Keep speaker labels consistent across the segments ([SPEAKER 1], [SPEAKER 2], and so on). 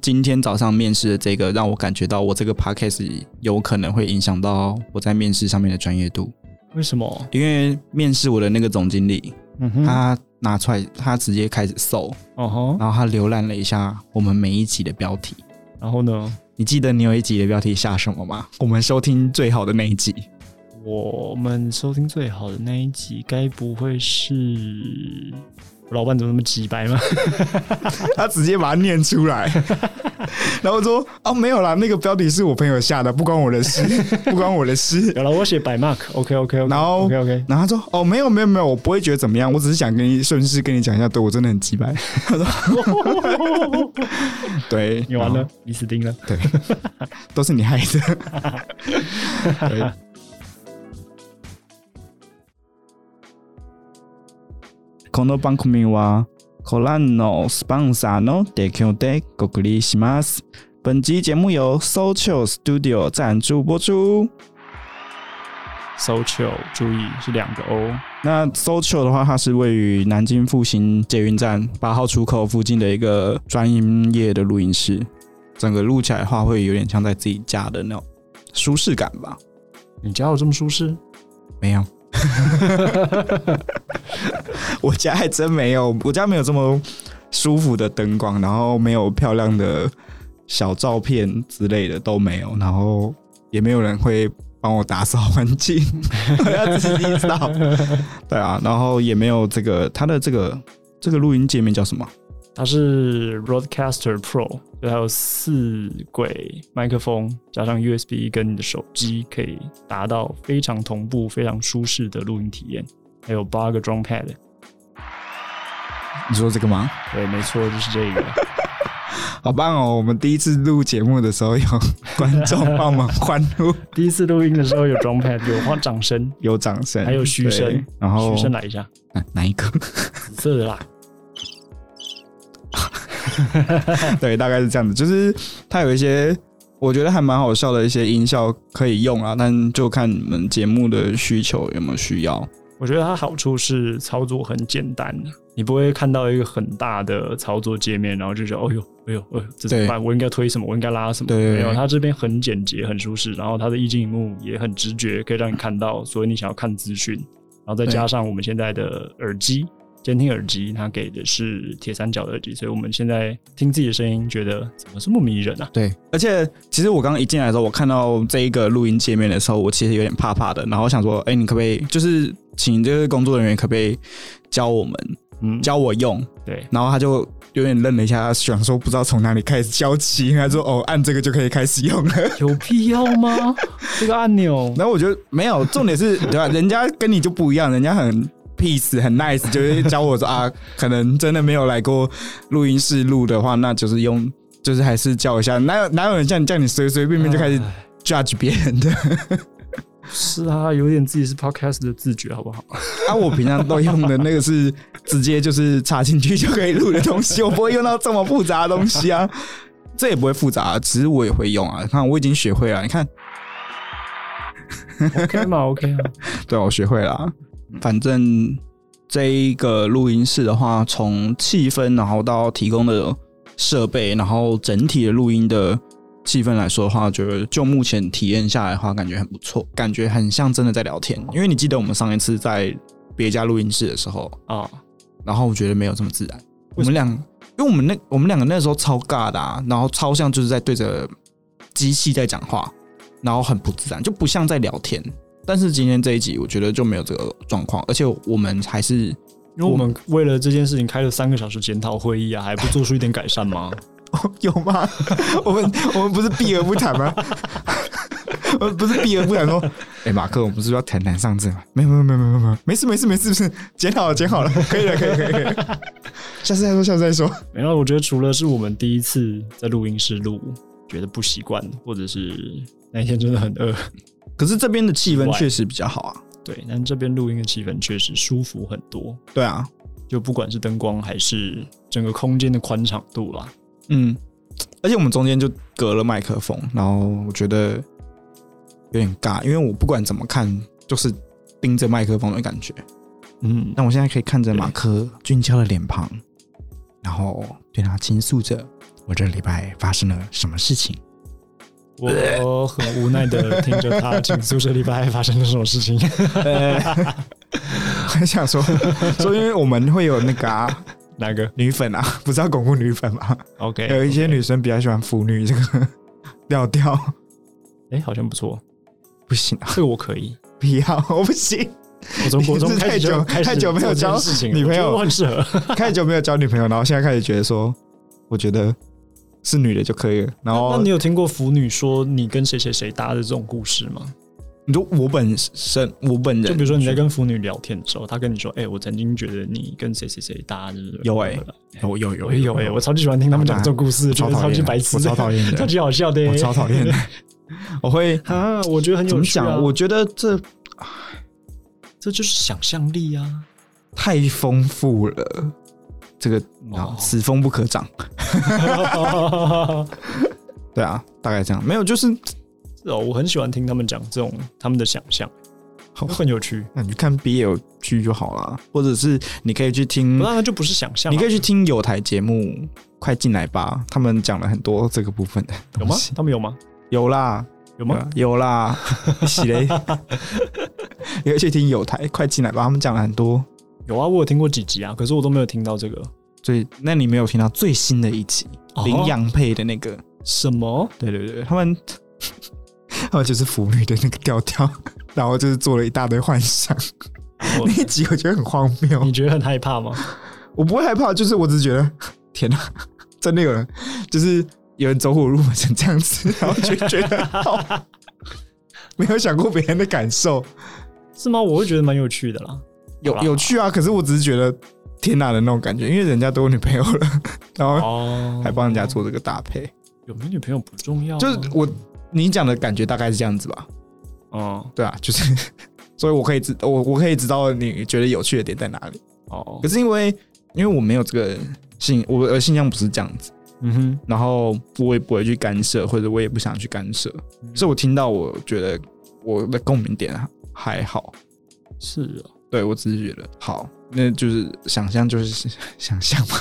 [SPEAKER 1] 今天早上面试的这个，让我感觉到我这个 podcast 有可能会影响到我在面试上面的专业度，
[SPEAKER 2] 为什么？
[SPEAKER 1] 因为面试我的那个总经理，
[SPEAKER 2] 嗯哼，
[SPEAKER 1] 他拿出来，他直接开始搜，
[SPEAKER 2] 哦吼，
[SPEAKER 1] 然后他浏览了一下我们每一集的标题。
[SPEAKER 2] 然后呢？
[SPEAKER 1] 你记得你有一集的标题下什么吗？我们收听最好的那一 集，
[SPEAKER 2] 我们收听最好的那一集，该不会是我老板怎么那么直白吗？
[SPEAKER 1] 他直接把它念出来，然后说：“哦，没有啦，那个标题是我朋友下的，不关我的事，不关我的事。”
[SPEAKER 2] 有了，我写百 mark，OK OK OK，
[SPEAKER 1] 然后
[SPEAKER 2] OK OK，
[SPEAKER 1] 然后他说：“哦，没有没有没有，我不会觉得怎么样，我只是想跟你顺势跟你讲一下，对我真的很鸡掰。 对，
[SPEAKER 2] 你完
[SPEAKER 1] 然
[SPEAKER 2] 了
[SPEAKER 1] 后，，
[SPEAKER 2] 你死定了。
[SPEAKER 1] 都是你害 的。对この番組はコランのスパンサーの提供でお送りします。本集节目由 Social Studio 赞助播出。
[SPEAKER 2] Social 注意是两个 O，
[SPEAKER 1] 那 Social 的话，它是位于南京复兴捷运站八号出口附近的一个专业的录音室。整个录起来的话，会有点像在自己家的那种舒适感吧？
[SPEAKER 2] 你家有这么舒适？
[SPEAKER 1] 没有， 我家还真没有，我家没有这么舒服的灯光，然后没有漂亮的小照片之类的都没有，然后也没有人会帮我打扫环境， 我要自己扫。对啊，然后也没有这个它的这个这个录音界面叫什么？
[SPEAKER 2] 它是 Roadcaster Pro，就它有四轨麦克风，加上 USB 跟你的手机，可以达到非常同步、非常舒适的录音体验。还有八个 drum pad，
[SPEAKER 1] 你说这个吗？
[SPEAKER 2] 对，没错，就是这个。
[SPEAKER 1] 好棒哦！我们第一次录节目的时候有观众帮忙欢呼，
[SPEAKER 2] 第一次录音的时候有 drum pad，有放掌声，
[SPEAKER 1] 有掌声，
[SPEAKER 2] 还有嘘声
[SPEAKER 1] 对，然后
[SPEAKER 2] 嘘声啊来一下，
[SPEAKER 1] 哪哪一个？
[SPEAKER 2] 紫色的啦。
[SPEAKER 1] 对，大概是这样子。就是它有一些我觉得还蛮好笑的一些音效可以用啊，但就看你们节目的需求有没有需要。
[SPEAKER 2] 我觉得它好处是操作很简单，你不会看到一个很大的操作界面，然后就觉得哦呦，哎呦，哎呦，这怎么办？我应该推什么？我应该拉什么？
[SPEAKER 1] 对
[SPEAKER 2] 没有，它这边很简洁，很舒适，然后它的液晶屏幕也很直觉，可以让你看到所有你想要看资讯，然后再
[SPEAKER 1] 对
[SPEAKER 2] 加上我们现在的耳机。监听耳机，它给的是铁三角的耳机，所以我们现在听自己的声音，觉得怎么这么迷人啊？
[SPEAKER 1] 对，而且其实我刚刚一进来的时候，我看到这一个录音界面的时候，我其实有点怕怕的，然后想说，哎、你可不可以就是请这个工作人员可不可以教我们
[SPEAKER 2] 嗯，
[SPEAKER 1] 教我用？
[SPEAKER 2] 对，
[SPEAKER 1] 然后他就有点愣了一下，想说不知道从哪里开始教起，他说哦，按这个就可以开始用了。
[SPEAKER 2] 有必要 吗？这个按钮
[SPEAKER 1] 然后我觉得没有，重点是对吧、人家跟你就不一样，人家很 peace 很 nice，就是教我说啊，可能真的没有来过录音室录的话，那就是用，就是还是教一下。哪有哪有人叫你叫你随随便便
[SPEAKER 2] 嗯
[SPEAKER 1] 就开始 judge 别人的？
[SPEAKER 2] 是啊，有点自己是 podcast 的自觉，好 不好？
[SPEAKER 1] 啊，我平常都用的那个是直接就是插进去就可以录的东西，我不会用到这么复杂的东西啊。这也不会复杂、其实我也会用啊。你看，我已经学会了。你看，
[SPEAKER 2] OK 嘛，OK 啊，
[SPEAKER 1] 对，我学会了啊。反正这一个录音室的话，从气氛，然后到提供的设备，然后整体的录音的气氛来说的话，觉得就目前体验下来的话，感觉很不错，感觉很像真的在聊天。因为你记得我们上一次在别家录音室的时候，
[SPEAKER 2] 啊，
[SPEAKER 1] 然后我觉得没有这么自然。我
[SPEAKER 2] 为
[SPEAKER 1] 们两，因为我们那我们两个那时候超尬的、啊，然后超像就是在对着机器在讲话，然后很不自然，就不像在聊天。但是今天这一集，我觉得就没有这个状况，而且我们还是
[SPEAKER 2] 因为我们为了这件事情开了三个小时检讨会议啊，还不做出一点改善吗？
[SPEAKER 1] 有吗？ 我们我们不是避而不谈 吗？我们不是避而不谈 说，哎、马克，我们不是要谈谈上次吗？没有没有没有没有没有，没事没事没事，没事，剪好了剪好了，可以了可以了可以了，可以了 下次再说下次再说。
[SPEAKER 2] 没有，我觉得除了是我们第一次在录音室录，觉得不习惯，或者是那一天真的很 饿，
[SPEAKER 1] 可是这边的气氛确实比较好啊，
[SPEAKER 2] 对，但这边录音的气氛确实舒服很多，
[SPEAKER 1] 对啊，
[SPEAKER 2] 就不管是灯光还是整个空间的宽敞度啦，
[SPEAKER 1] 嗯，而且我们中间就隔了麦克风，然后我觉得有点尬，因为我不管怎么看，就是盯着麦克风的感觉。
[SPEAKER 2] 嗯，
[SPEAKER 1] 但我现在可以看着马克俊俏的脸庞，然后对他倾诉着我这礼拜发生了什么事 情？
[SPEAKER 2] 我很无奈的听着他倾诉这礼拜发生了什么事情。
[SPEAKER 1] 很想 说说，因为我们会有那个啊，
[SPEAKER 2] 哪个
[SPEAKER 1] 女粉啊， 不是要巩固女粉嘛？
[SPEAKER 2] ？OK，
[SPEAKER 1] 有一些女生比较喜欢腐女这个 调调，
[SPEAKER 2] 哎、好像不错，
[SPEAKER 1] 不行啊，
[SPEAKER 2] 这个我可以。
[SPEAKER 1] 不要，我不行。
[SPEAKER 2] 我从国中
[SPEAKER 1] 你是太
[SPEAKER 2] 开始
[SPEAKER 1] 久
[SPEAKER 2] 就开始
[SPEAKER 1] 太久没有
[SPEAKER 2] 做这件
[SPEAKER 1] 交
[SPEAKER 2] 事情了，
[SPEAKER 1] 女朋友
[SPEAKER 2] 我觉得我很适 合。
[SPEAKER 1] 太久没有交女朋友，然后现在开始觉得说，我觉得是女的就可以了。然
[SPEAKER 2] 那
[SPEAKER 1] 后
[SPEAKER 2] 你有听过腐女说你跟谁谁谁搭的这种故事吗？
[SPEAKER 3] 你说我本身，我本人，
[SPEAKER 2] 就比如说你在跟腐女聊天的时候，她跟你说：“哎、我曾经觉得你跟谁谁谁搭的。”
[SPEAKER 3] 有欸
[SPEAKER 1] 有有有
[SPEAKER 2] 我有哎、我超级喜欢听他们讲这种故事，
[SPEAKER 1] 我
[SPEAKER 2] 觉
[SPEAKER 1] 超
[SPEAKER 2] 得
[SPEAKER 1] 讨
[SPEAKER 2] 超级
[SPEAKER 1] 厌的，
[SPEAKER 2] 白
[SPEAKER 1] 我
[SPEAKER 2] 痴的，
[SPEAKER 1] 超讨厌
[SPEAKER 2] 超
[SPEAKER 1] 的，
[SPEAKER 2] 级好笑的、
[SPEAKER 1] 我超讨 厌的，我会
[SPEAKER 2] 啊！我觉得很
[SPEAKER 3] 怎
[SPEAKER 2] 有
[SPEAKER 3] 么
[SPEAKER 2] 趣、啊。
[SPEAKER 3] 讲？我觉得这
[SPEAKER 2] 这就是想象力啊！
[SPEAKER 1] 太丰富了，这个你知道
[SPEAKER 2] 哦
[SPEAKER 1] 此风不可长。 对啊，大概这样，没有就是
[SPEAKER 2] 是哦，我很喜欢听他们讲这种他们的想象，
[SPEAKER 1] 好
[SPEAKER 2] 都很有趣。
[SPEAKER 1] 那你就看 BL 剧就好了，或者是你可以去听
[SPEAKER 2] 不，然那就不是想象啊、
[SPEAKER 1] 嗯你可以去听有台节目《快进来吧》，他们讲了很多这个部分的
[SPEAKER 2] 有吗
[SPEAKER 1] 东西？
[SPEAKER 2] 他们有吗？
[SPEAKER 1] 有啦，啊
[SPEAKER 2] 有吗？
[SPEAKER 1] 有啦，洗嘞！你可以去听有台《快进来吧》，他们讲了很多。
[SPEAKER 2] 有啊，我有听过几集啊，可是我都没有听到这个。
[SPEAKER 1] 所以，那你没有听到最新的一集林
[SPEAKER 2] 哦
[SPEAKER 1] 羊配的那个？
[SPEAKER 2] 什么？
[SPEAKER 1] 对对对，他们 他们就是腐女的那个调调， 然后就是做了一大堆幻想。
[SPEAKER 2] 我
[SPEAKER 1] 那一集我觉得很荒谬，
[SPEAKER 2] 你觉得很害 怕吗？
[SPEAKER 1] 我不会害怕，就是我只是觉得， 天哪，真的有人，就是有人走火入魔成这样子，然后就觉得好， 没有想过别人的感受，
[SPEAKER 2] 是吗？我会觉得蛮有趣的啦。
[SPEAKER 1] 有
[SPEAKER 2] 好啦
[SPEAKER 1] 有趣啊。可是我只是觉得天哪的那种感觉，因为人家都有女朋友了， 然后
[SPEAKER 2] 哦
[SPEAKER 1] 还帮人家做这个搭配，
[SPEAKER 2] 有没有女朋友不重要啊，
[SPEAKER 1] 就是我你讲的感觉大概是这样子吧？
[SPEAKER 2] 嗯
[SPEAKER 1] 对啊， 就是，所以我可以知我我可以知道你觉得有趣的点在哪里。
[SPEAKER 2] 哦
[SPEAKER 1] 可，是因为因为我没有这个性，我的性向不是这样子。
[SPEAKER 2] 嗯哼，
[SPEAKER 1] 然后我也不会去干涉，或者我也不想去干涉。所以我听到，我觉得我的共鸣点还好，
[SPEAKER 2] 是哦。
[SPEAKER 1] 对我只是觉得好，那就是想 象，就是想象嘛。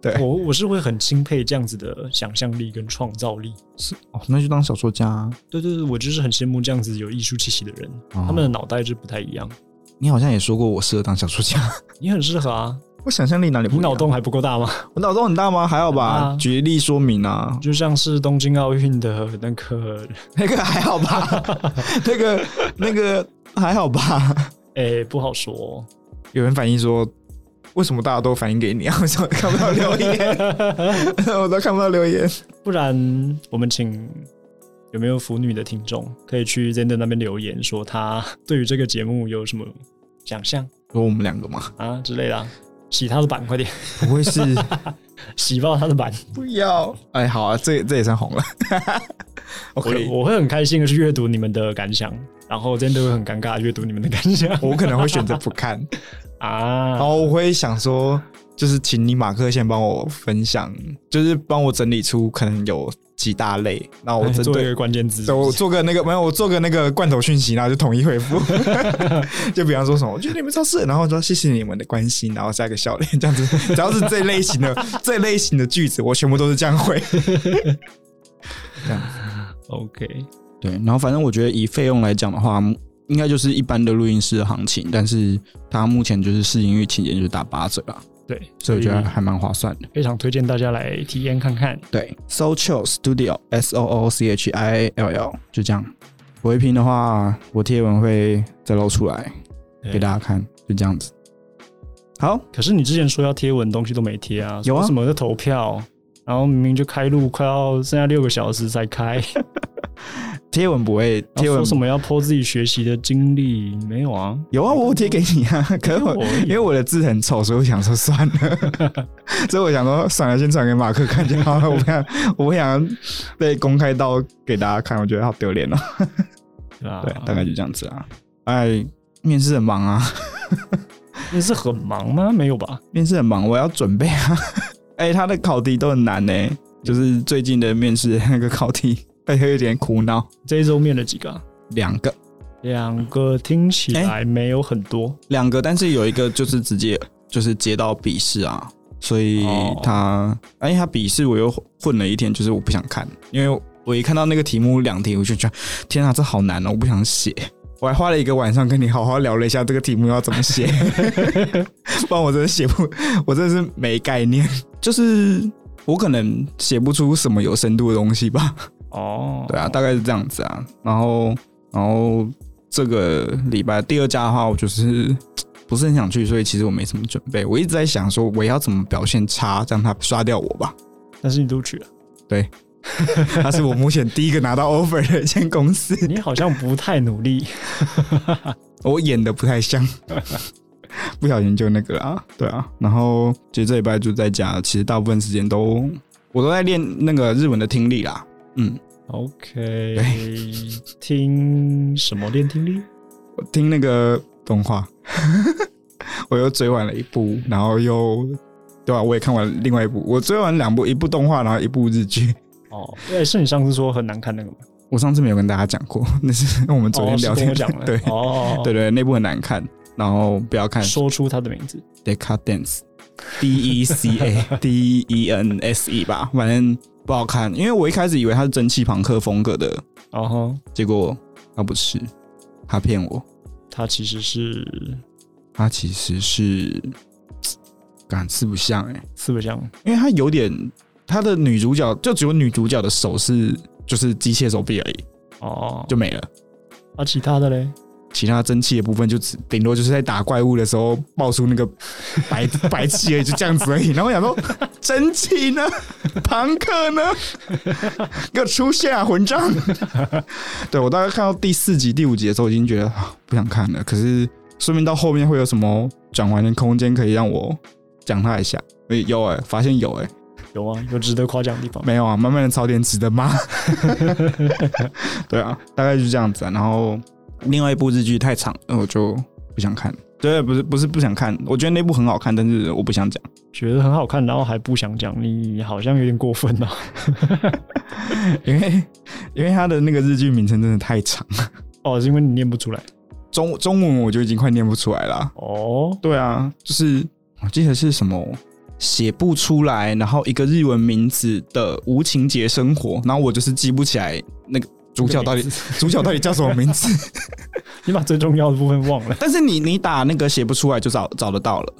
[SPEAKER 1] 对
[SPEAKER 2] 我我是会很钦佩这样子的想象力跟创造力。
[SPEAKER 1] 是哦，那就当小说家、啊。
[SPEAKER 2] 对对对，我就是很羡慕这样子有艺术气息的人，
[SPEAKER 1] 哦
[SPEAKER 2] 他们的脑袋就不太一样。
[SPEAKER 1] 你好像也说过我适合当小说家，
[SPEAKER 2] 你很适合啊，
[SPEAKER 1] 我想象力哪里不
[SPEAKER 2] 你
[SPEAKER 1] 一样
[SPEAKER 2] 脑，洞还不够大吗？
[SPEAKER 1] 我脑洞很大吗？还好吧，
[SPEAKER 2] 啊
[SPEAKER 1] 举例说明啊，
[SPEAKER 2] 就像是东京奥运的那个，
[SPEAKER 1] 那个还好 吧，那个那个还好吧。
[SPEAKER 2] 哎、不好说、
[SPEAKER 1] 有人反映说，为什么大家都反映给你啊？为 什么看不到留言？ 我都看不到留言。
[SPEAKER 2] 不然我们请有没有腐女的听众可以去 Zender 那边留言，说他对于这个节目有什么想象
[SPEAKER 1] 有我们两个吗？
[SPEAKER 2] 啊之类的啊、洗他的板，快点
[SPEAKER 1] 不会 是
[SPEAKER 2] 洗爆他的板！
[SPEAKER 1] 不要？哎，好啊，这这也算红了。
[SPEAKER 2] 我
[SPEAKER 1] OK，
[SPEAKER 2] 我会很开心的去阅读你们的感想，然后 Zender 会很尴尬地阅读你们的感 想
[SPEAKER 1] 我可能会选择不看，
[SPEAKER 2] 啊。
[SPEAKER 1] 然后我会想说，就是请你马克先帮我分享，就是帮我整理出可能有几大类，然后我
[SPEAKER 2] 哎
[SPEAKER 1] 针
[SPEAKER 2] 做一
[SPEAKER 1] 对
[SPEAKER 2] 个。关键字，
[SPEAKER 1] 对，我做个那个没有，我做个那个罐头讯息，然后就统一回复。 就比方说什么，我觉得你们超适合，然后说谢谢你们的关心，然后加一个笑脸这样子。只要是这类型的、这类型的句子，我全部都是这样回。
[SPEAKER 2] OK，
[SPEAKER 3] 对，然后反正我觉得以费用来讲的话，应该就是一般的录音室的行情，但是它目前就是试营运期间就是打八折啦，
[SPEAKER 2] 对，
[SPEAKER 3] 所以我觉
[SPEAKER 1] 嗯
[SPEAKER 3] 得还蛮划算的。
[SPEAKER 2] 非常推荐大家来体验看看。
[SPEAKER 3] 对，So Chill Studio S O O C H I L L 就这样。我一拼的话，我贴文会再露出来给大家看，就这样子。好，
[SPEAKER 2] 可是你之前说要贴文，东西都没贴啊，
[SPEAKER 3] 有啊
[SPEAKER 2] 说什么在投票，然后明明就开录，快要剩下六个小时才 开，
[SPEAKER 3] 贴文不会
[SPEAKER 2] 然后
[SPEAKER 3] 贴文
[SPEAKER 2] 说什么要 po 自己学习的经历，没有啊？
[SPEAKER 3] 有啊，我有贴给你 啊，可是我
[SPEAKER 2] 我而已
[SPEAKER 1] 因为我的字很丑，所以我想说算 了，所以我想说算了，先传给马克看就好了。我不 想，我不想被公开到给大家看，我觉得好丢脸哦。
[SPEAKER 2] 对啊
[SPEAKER 3] 对，大概就这样子啊。哎，面试很忙啊，
[SPEAKER 2] 你是很忙吗？没有吧？
[SPEAKER 3] 面试很忙，我要准备啊。哎，他的考题都很难呢、就是最近的面试那个考题， 哎，有点苦恼。
[SPEAKER 2] 这一周面了几个、啊？
[SPEAKER 3] 两个，
[SPEAKER 2] 两个，听起来没有很多。
[SPEAKER 3] 两个，但是有一个就是直接就是接到笔试啊，
[SPEAKER 1] 所以
[SPEAKER 2] 哦
[SPEAKER 1] 他，哎，他笔试我又混了一天，就是我不想看，因为我一看到那个题目两题，我就觉得天啊，这好难哦，我不想写。我还花了一个晚上跟你好好聊了一下这个题目要怎么写，不然我真的写不，我真的是没概念，就是我可能写不出什么有深度的东西吧。
[SPEAKER 2] 哦，
[SPEAKER 1] 对啊，大概是这样子啊。然后，然后这个礼拜第二家的话，我就是不是很想去，所以其实我没什么准备。我一直在想说，我要怎么表现差，让他刷掉我吧。
[SPEAKER 2] 但是你录取了，
[SPEAKER 4] 他是我目前第一个拿到 offer 的一间公司，
[SPEAKER 2] 你好像不太努力。
[SPEAKER 1] 我演的不太像， 不小心就那个啦。对啊，然后其实这礼拜就在家，其实大部分时间都我都在练那个日文的听力啦。嗯，
[SPEAKER 2] OK，听什么练听力？
[SPEAKER 1] 我听那个动画， 我又追完了一部，然后又对啊吧、我也看完另外一部，我追完两部，一部动画，然后一部日剧。
[SPEAKER 2] 哦，对，是你上次说很难看那个吗？
[SPEAKER 1] 我上次没有跟大家讲过， 那是我 们昨天
[SPEAKER 2] 哦是
[SPEAKER 1] 聊
[SPEAKER 2] 跟
[SPEAKER 1] 天
[SPEAKER 2] 我讲 了，
[SPEAKER 1] 对
[SPEAKER 2] 哦，
[SPEAKER 1] 对对，那部很难看，然后不要看《
[SPEAKER 2] 说出他的名字。
[SPEAKER 1] Decadence》，D E C A D E N S E 吧，反正不好看，因为我一开始以为它是蒸汽朋克风格的，
[SPEAKER 2] 然后
[SPEAKER 1] 结果它不是，他骗我，
[SPEAKER 2] 他其实是
[SPEAKER 1] 他其实是感似不像哎、
[SPEAKER 2] 四不像
[SPEAKER 1] 因为她有点，她的女主角就只有女主角的手是就是机械手臂而已，
[SPEAKER 2] 哦，
[SPEAKER 1] 就没了。
[SPEAKER 2] 啊，其他的嘞，
[SPEAKER 1] 其他蒸汽的部分就只顶多就是在打怪物的时候爆出那个 白白气而已，就这样子而已。然后我想说，蒸汽呢？庞克呢？ 给我出现啊，混账！ 对我大概看到第四集、第五集的时候，已经觉得、啊、不想看了。可是说明到后面会有什么转换的空间，可以让我讲它一下。诶有哎、发现有哎、
[SPEAKER 2] 有啊，有值得夸奖的地方。
[SPEAKER 1] 没有啊，慢慢的槽点值得骂。 对啊，大概就是这样子啊。然后另外一部日剧太长，呃我就不想看。对，不是不是不想看，我觉得那部很好看，但是我不想讲。
[SPEAKER 2] 觉得很好看，然后还不想讲，你好像有点过分了、啊
[SPEAKER 1] 因为因为它的那个日剧名称真的太长，
[SPEAKER 2] 哦，是因为你念不出来
[SPEAKER 1] 中中文我就已经快念不出来了。
[SPEAKER 2] 哦。
[SPEAKER 1] 对啊，就是我记得是什么写不出来，然后一个日文名字的无情节生活，然后我就是记不起来那个主角到底
[SPEAKER 2] 这个名字
[SPEAKER 1] 主角到底叫什么名字。
[SPEAKER 2] 你把最重要的部分忘了。
[SPEAKER 1] 但是你你打那个写不出来就找找得到了。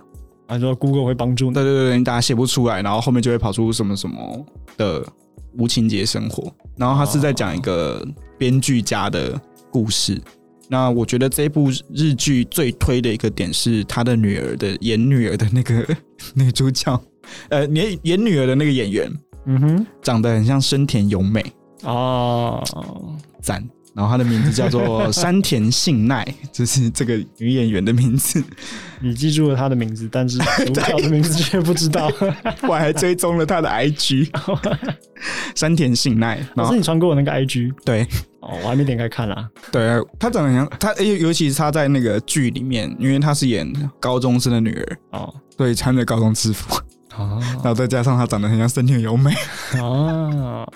[SPEAKER 2] 他说 Google 会帮助你。
[SPEAKER 1] 对对对，你打写不出来，然后后面就会跑出什么什么的无情节生活。然后他是在讲一个编剧家的故事。那我觉得这部日剧最推的一个点是他的女儿的演女儿的那个 女主角，呃，演演女儿的那个演员
[SPEAKER 2] 嗯哼，
[SPEAKER 1] 长得很像深田咏美，
[SPEAKER 2] 啊，
[SPEAKER 1] 赞。然后她的名字叫做山田杏奈，就是这个女演员的名字。
[SPEAKER 2] 你记住了他的名 字，但是主角的名字却不知道。
[SPEAKER 1] 我还追踪了她的 IG，山田杏奈。然
[SPEAKER 2] 老
[SPEAKER 1] 后
[SPEAKER 2] 师，你传给我那个 IG
[SPEAKER 1] 对，
[SPEAKER 2] 哦，我还没点开看啊。
[SPEAKER 1] 对他长得很像他，尤尤其是他在那个剧里面，因为他是演高中生的女儿，
[SPEAKER 2] 哦，
[SPEAKER 1] 所以穿着高中制服，
[SPEAKER 2] 啊
[SPEAKER 1] 然后再加上他长得很像森田由美，
[SPEAKER 2] 啊！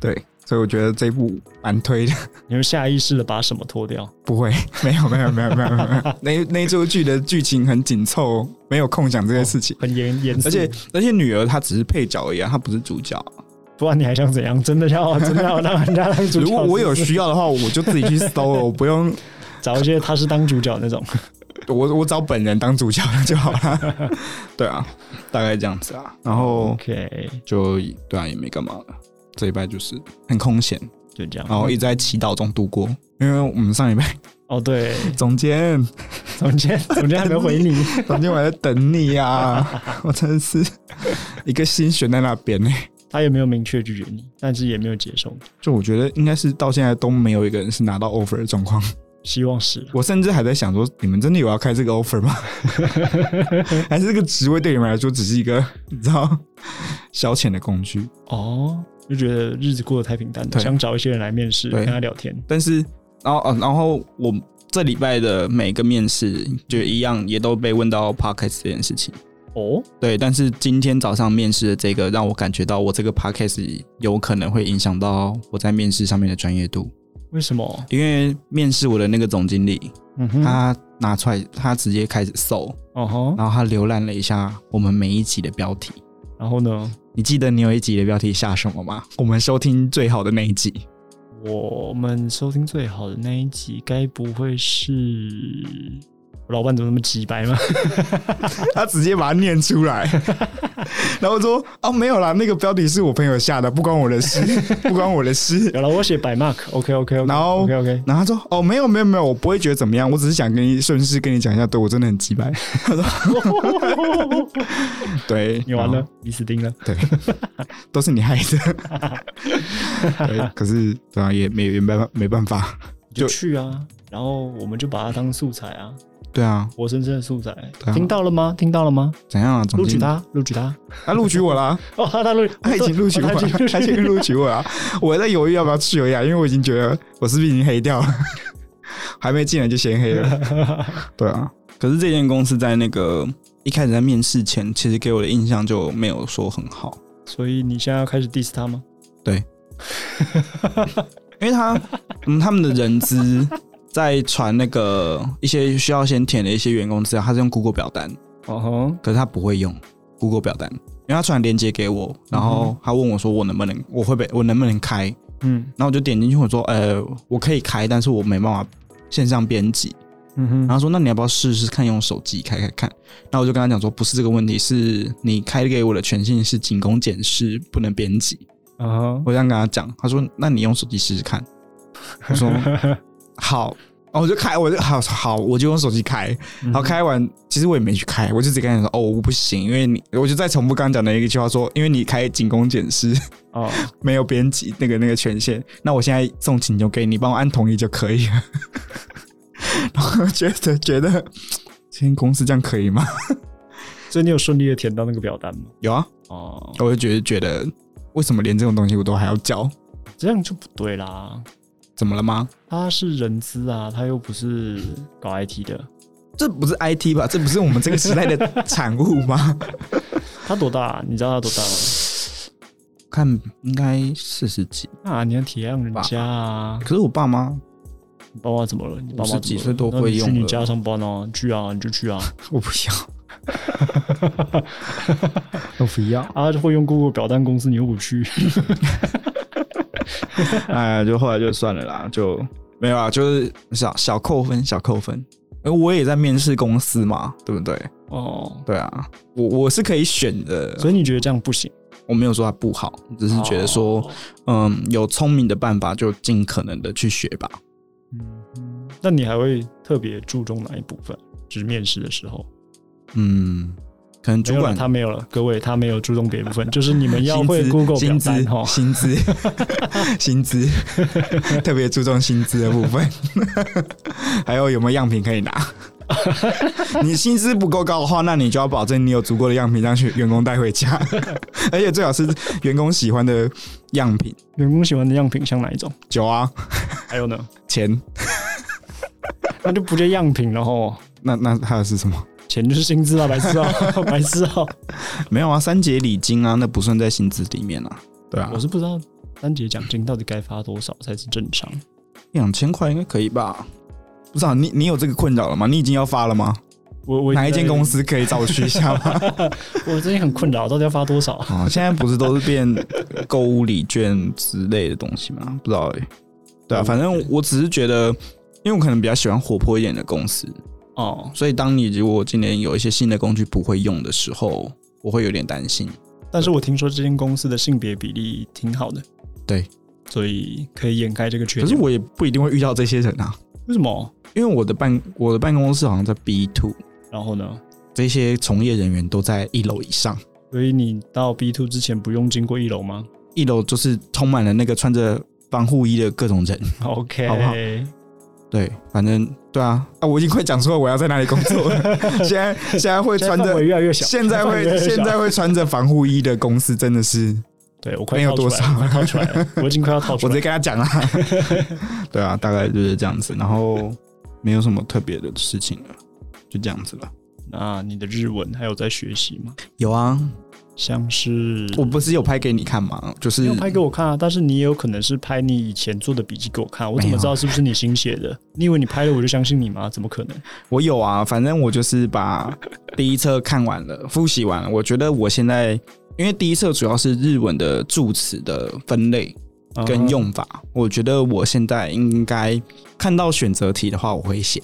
[SPEAKER 1] 对，所以我觉得这一部蛮推的。
[SPEAKER 2] 你们下意识的把什么脱掉？
[SPEAKER 1] 不会，没有，没有，没有，没有，没有，没 有那那一部剧的剧情很紧凑，没有空讲这些事情。
[SPEAKER 2] 很严严肃，
[SPEAKER 1] 而且而且，女儿她只是配角而已、啊，她不是主角。
[SPEAKER 2] 不然你还想怎样？真的要真的要让人家当主角？
[SPEAKER 1] 如果 我有
[SPEAKER 2] 是不是
[SPEAKER 1] 需要的话，我就自己去搜了，我不用
[SPEAKER 2] 找一些他是当主角那种，
[SPEAKER 1] 哦我我找本人当主角就好了。 对啊，大概这样子啊。然后
[SPEAKER 2] OK，
[SPEAKER 1] 就对啊，也没干嘛了。这一拜就是很空闲，
[SPEAKER 2] 就这样。
[SPEAKER 1] 然后哦一直在祈祷中度过。因为我们上礼拜
[SPEAKER 2] 哦，对，
[SPEAKER 1] 总 监，
[SPEAKER 2] 总监，总监还没回你。
[SPEAKER 1] 总监我还在等你啊！ 我真的是一个心悬在那边呢、欸
[SPEAKER 2] 他也没有明确拒绝你，但是也没有接受，
[SPEAKER 1] 就我觉得应该是到现在都没有一个人是拿到 offer 的状况。
[SPEAKER 2] 希望是啦
[SPEAKER 1] 我甚至还在想说，你们真的有要开这个 offer 吗？ 还是这个职位对你们来说只是一个你知道消遣的工具？
[SPEAKER 2] 哦，就觉得日子过得太平淡了，
[SPEAKER 1] 对
[SPEAKER 2] 想找一些人来面试，
[SPEAKER 1] 对
[SPEAKER 2] 跟他聊天。
[SPEAKER 1] 但是，然后，呃、然后我这礼拜的每个面试就一样，也都被问到 podcast 这件事情。
[SPEAKER 2] 哦，
[SPEAKER 1] 对，但是今天早上面试的这个，让我感觉到我这个 podcast 有可能会影响到我在面试上面的专业度。
[SPEAKER 2] 为什么？
[SPEAKER 1] 因为面试我的那个总经理，
[SPEAKER 2] 嗯哼，
[SPEAKER 1] 他拿出来，他直接开始搜，
[SPEAKER 2] 哦吼，
[SPEAKER 1] 然后他浏览了一下我们每一集的标题。
[SPEAKER 2] 然后呢？
[SPEAKER 1] 你记得你有一集的标题下什么吗？我们收听最好的那一集，
[SPEAKER 2] 我们收听最好的那一集，该不会是我老板怎么那么鸡掰吗？
[SPEAKER 4] 他直接把它念出来，然后说：“哦，没有啦，那个标题是我朋友下的，不关我的事， 不关我的事。
[SPEAKER 2] 有了，我写百 mark，OK OK OK，
[SPEAKER 4] 然后
[SPEAKER 2] OK OK，”
[SPEAKER 4] 然后他说：“哦，没有，没有，没有，我不会觉得怎么样，我只是想跟你顺势跟你讲一下，对我真的很鸡 掰。对，
[SPEAKER 2] 你完
[SPEAKER 4] 然
[SPEAKER 2] 了
[SPEAKER 4] 后，，
[SPEAKER 2] 你死定了。
[SPEAKER 4] 都是你害的。 对，可是对啊，也没也没办法，没办法。
[SPEAKER 2] 你就
[SPEAKER 4] 就
[SPEAKER 2] 去啊，然后我们就把它当素材啊，
[SPEAKER 1] 对啊，
[SPEAKER 2] 活生生的素材。
[SPEAKER 1] 对啊
[SPEAKER 2] 听到了吗？听到了吗？
[SPEAKER 1] 怎样啊？总
[SPEAKER 2] 录取
[SPEAKER 1] 经理，
[SPEAKER 2] 他，录取他。
[SPEAKER 4] 他啊录取我啦，
[SPEAKER 2] 嗯哦， 他他录，
[SPEAKER 4] 他已经录取我
[SPEAKER 2] 哦
[SPEAKER 4] 了，
[SPEAKER 2] 他已经录取
[SPEAKER 4] 他已经录取我啦。我还在犹豫要不要去而已啊，因为我已经觉得我是不是已经黑掉了，还没进来就先黑了。对啊，
[SPEAKER 1] 可是这间公司在那个一开始在面试前，其实给我的印象就没有说很好，
[SPEAKER 2] 所以你现在要开始 diss 他吗？
[SPEAKER 1] 因为他嗯他们的人资在传那个一些需要先填的一些员工资料，啊他是用 Google 表单，
[SPEAKER 2] 哦吼，
[SPEAKER 1] 可是他不会用 Google 表单，因为他传链接给我，然后他问我说我能不能，我会被我能不能开，
[SPEAKER 2] 嗯
[SPEAKER 1] 然后我就点进去，我说呃我可以开，但是我没办法线上编辑。
[SPEAKER 2] 嗯哼，
[SPEAKER 1] 然后他说那你要不要试试看用手机开开看？那我就跟他讲说不是这个问题，是你开给我的权限是仅供检视，不能编辑。
[SPEAKER 2] 啊
[SPEAKER 1] 我这样跟他讲，他说那你用手机试试看。我说好，然后我就开，我就好好，我就用手机开。然后开完，其实我也没去开，我就直接跟他讲说哦我不行，因为你我就再重复刚刚讲的一句话说，因为你开仅供检视，
[SPEAKER 2] 哦，
[SPEAKER 1] 没有编辑那个那个权限，那我现在送请求给你，帮我按同意就可以了。然后觉得觉得这间公司这样可以吗？
[SPEAKER 2] 所以你有顺利的填到那个表单吗？
[SPEAKER 1] 有啊，
[SPEAKER 2] 哦，
[SPEAKER 1] 我就觉得觉得为什么连这种东西我都还要教？
[SPEAKER 2] 这样就不对啦。
[SPEAKER 1] 怎么了吗？
[SPEAKER 2] 他是人资啊，他又不是搞 IT 的。
[SPEAKER 1] 这不是 IT 吧？这不
[SPEAKER 4] 不
[SPEAKER 1] 是
[SPEAKER 4] 是我们这个时代的产物吗？
[SPEAKER 2] 他多大啊、你知道他多大吗？
[SPEAKER 1] 看应该四十几，
[SPEAKER 2] 啊，你要体谅人家啊！
[SPEAKER 1] 可是我爸妈
[SPEAKER 2] 你爸妈怎么了？你爸妈怎么
[SPEAKER 1] 50
[SPEAKER 2] 了
[SPEAKER 1] 几岁都会用了
[SPEAKER 2] 那你去你家上班哦、去啊，你就去啊。
[SPEAKER 4] 我不要， 我不要。
[SPEAKER 2] 啊，会用 Google 表单公司，你又不去。
[SPEAKER 1] 哎，就后来就算了啦，就没有啊，就是小小扣分，小扣分。因为我也在面试公司嘛，对不对？
[SPEAKER 2] 哦，
[SPEAKER 1] 对啊，我我是可以选的，
[SPEAKER 2] 所以你觉得这样不行？
[SPEAKER 1] 我没有说它不好，只是觉得说，
[SPEAKER 2] 哦，
[SPEAKER 1] 嗯，有聪明的办法就尽可能的去学吧。
[SPEAKER 2] 嗯，那你还会特别注重哪一部分？就是面试的时候，
[SPEAKER 1] 嗯，可能主
[SPEAKER 2] 没有
[SPEAKER 1] 管
[SPEAKER 2] 了他没有了，各位他没有注重别的 部分，就是你们要会 Google 表
[SPEAKER 1] 薪资
[SPEAKER 2] 单哦哈。
[SPEAKER 1] 薪资
[SPEAKER 4] 薪资， 特别注重薪资的部分， 还有有没有样品可以拿。 你薪资不够高的话，那你就要保证你有足够的样品让去员工带回家， 而且最好是员工喜欢的样品。
[SPEAKER 2] 员工喜欢的样品像哪一种？
[SPEAKER 4] 酒啊，
[SPEAKER 2] 还有呢，
[SPEAKER 4] 钱，
[SPEAKER 2] 那就不叫样品了吼，
[SPEAKER 4] 那那还有是什么？
[SPEAKER 2] 钱就是薪资啊，白痴啊， 白痴啊！
[SPEAKER 1] 没有啊，三节礼金啊，那不算在薪资里面啊，
[SPEAKER 4] 对啊
[SPEAKER 2] 我，是不知道单节奖金到底该发多少才是正常。
[SPEAKER 1] 两千块应该可以吧？
[SPEAKER 4] 不知道你你有这个困扰了吗？你已经要发了吗？
[SPEAKER 2] 我我
[SPEAKER 4] 哪一间公
[SPEAKER 2] 司？
[SPEAKER 4] 司可以找我去一下吗？
[SPEAKER 2] 我最近很困扰，到底要发多少？
[SPEAKER 1] 哦，现在不是都是变购物礼券之类的东西 吗？不知道哎、对啊，反正我只是觉得，因为我可能比较喜欢活泼一点的公司，
[SPEAKER 2] 哦，
[SPEAKER 1] 所以当你如果今年有一些新的工具不会用的时候，我会有点担心。
[SPEAKER 2] 但是我听说这间公司的性别比例挺好的，
[SPEAKER 1] 对，
[SPEAKER 2] 所以可以掩盖这个缺
[SPEAKER 1] 可是
[SPEAKER 2] 点。
[SPEAKER 1] 我也不一定会遇到这些人啊，
[SPEAKER 2] 为什么？
[SPEAKER 1] 因为我的办我的办公室好像在 B two，
[SPEAKER 2] 然后呢？
[SPEAKER 1] 这些从业人员都在一楼以上，
[SPEAKER 2] 所以你到 B two 之前不用经过一楼吗
[SPEAKER 1] 一楼就是充满了那个穿着防护衣的各种人。
[SPEAKER 2] ？OK，
[SPEAKER 1] 好不好对，反正对啊，
[SPEAKER 4] 啊，我已经快讲出了我要在哪里工作 了。现在现在会
[SPEAKER 2] 现在
[SPEAKER 4] 穿
[SPEAKER 2] 范
[SPEAKER 4] 着
[SPEAKER 2] 围，越来越小，
[SPEAKER 4] 现在
[SPEAKER 2] 范围越来
[SPEAKER 4] 会
[SPEAKER 2] 越小
[SPEAKER 4] 现在会穿着防护衣的公司真的是。
[SPEAKER 2] 对我快
[SPEAKER 4] 没有
[SPEAKER 2] 套出来了，我快套出来了，我已经快要套出
[SPEAKER 4] 我直接
[SPEAKER 2] 来了。
[SPEAKER 4] 跟他讲啦。
[SPEAKER 1] 对啊，大概就是这样子，然后没有什么特别的事情了，就这样子了。
[SPEAKER 2] 那你的日文还有在学习吗？
[SPEAKER 1] 有啊，
[SPEAKER 2] 像是
[SPEAKER 1] 我不是有拍给你看吗？就是
[SPEAKER 2] 你有拍给我看啊，但是你也有可能是拍你以前做的笔记给我看，我怎
[SPEAKER 1] 没
[SPEAKER 2] 么
[SPEAKER 1] 有
[SPEAKER 2] 知道是不是你新写的？你以为你拍了我就相信你吗？怎么可能？
[SPEAKER 1] 我有啊，反正我就是 把第一册看完了，复习完了。我觉得我现在，因为第一册主要是日文的助词的分类
[SPEAKER 2] 哦啊
[SPEAKER 1] 跟用法，我觉得我现在应该看到选择题的话，我会写。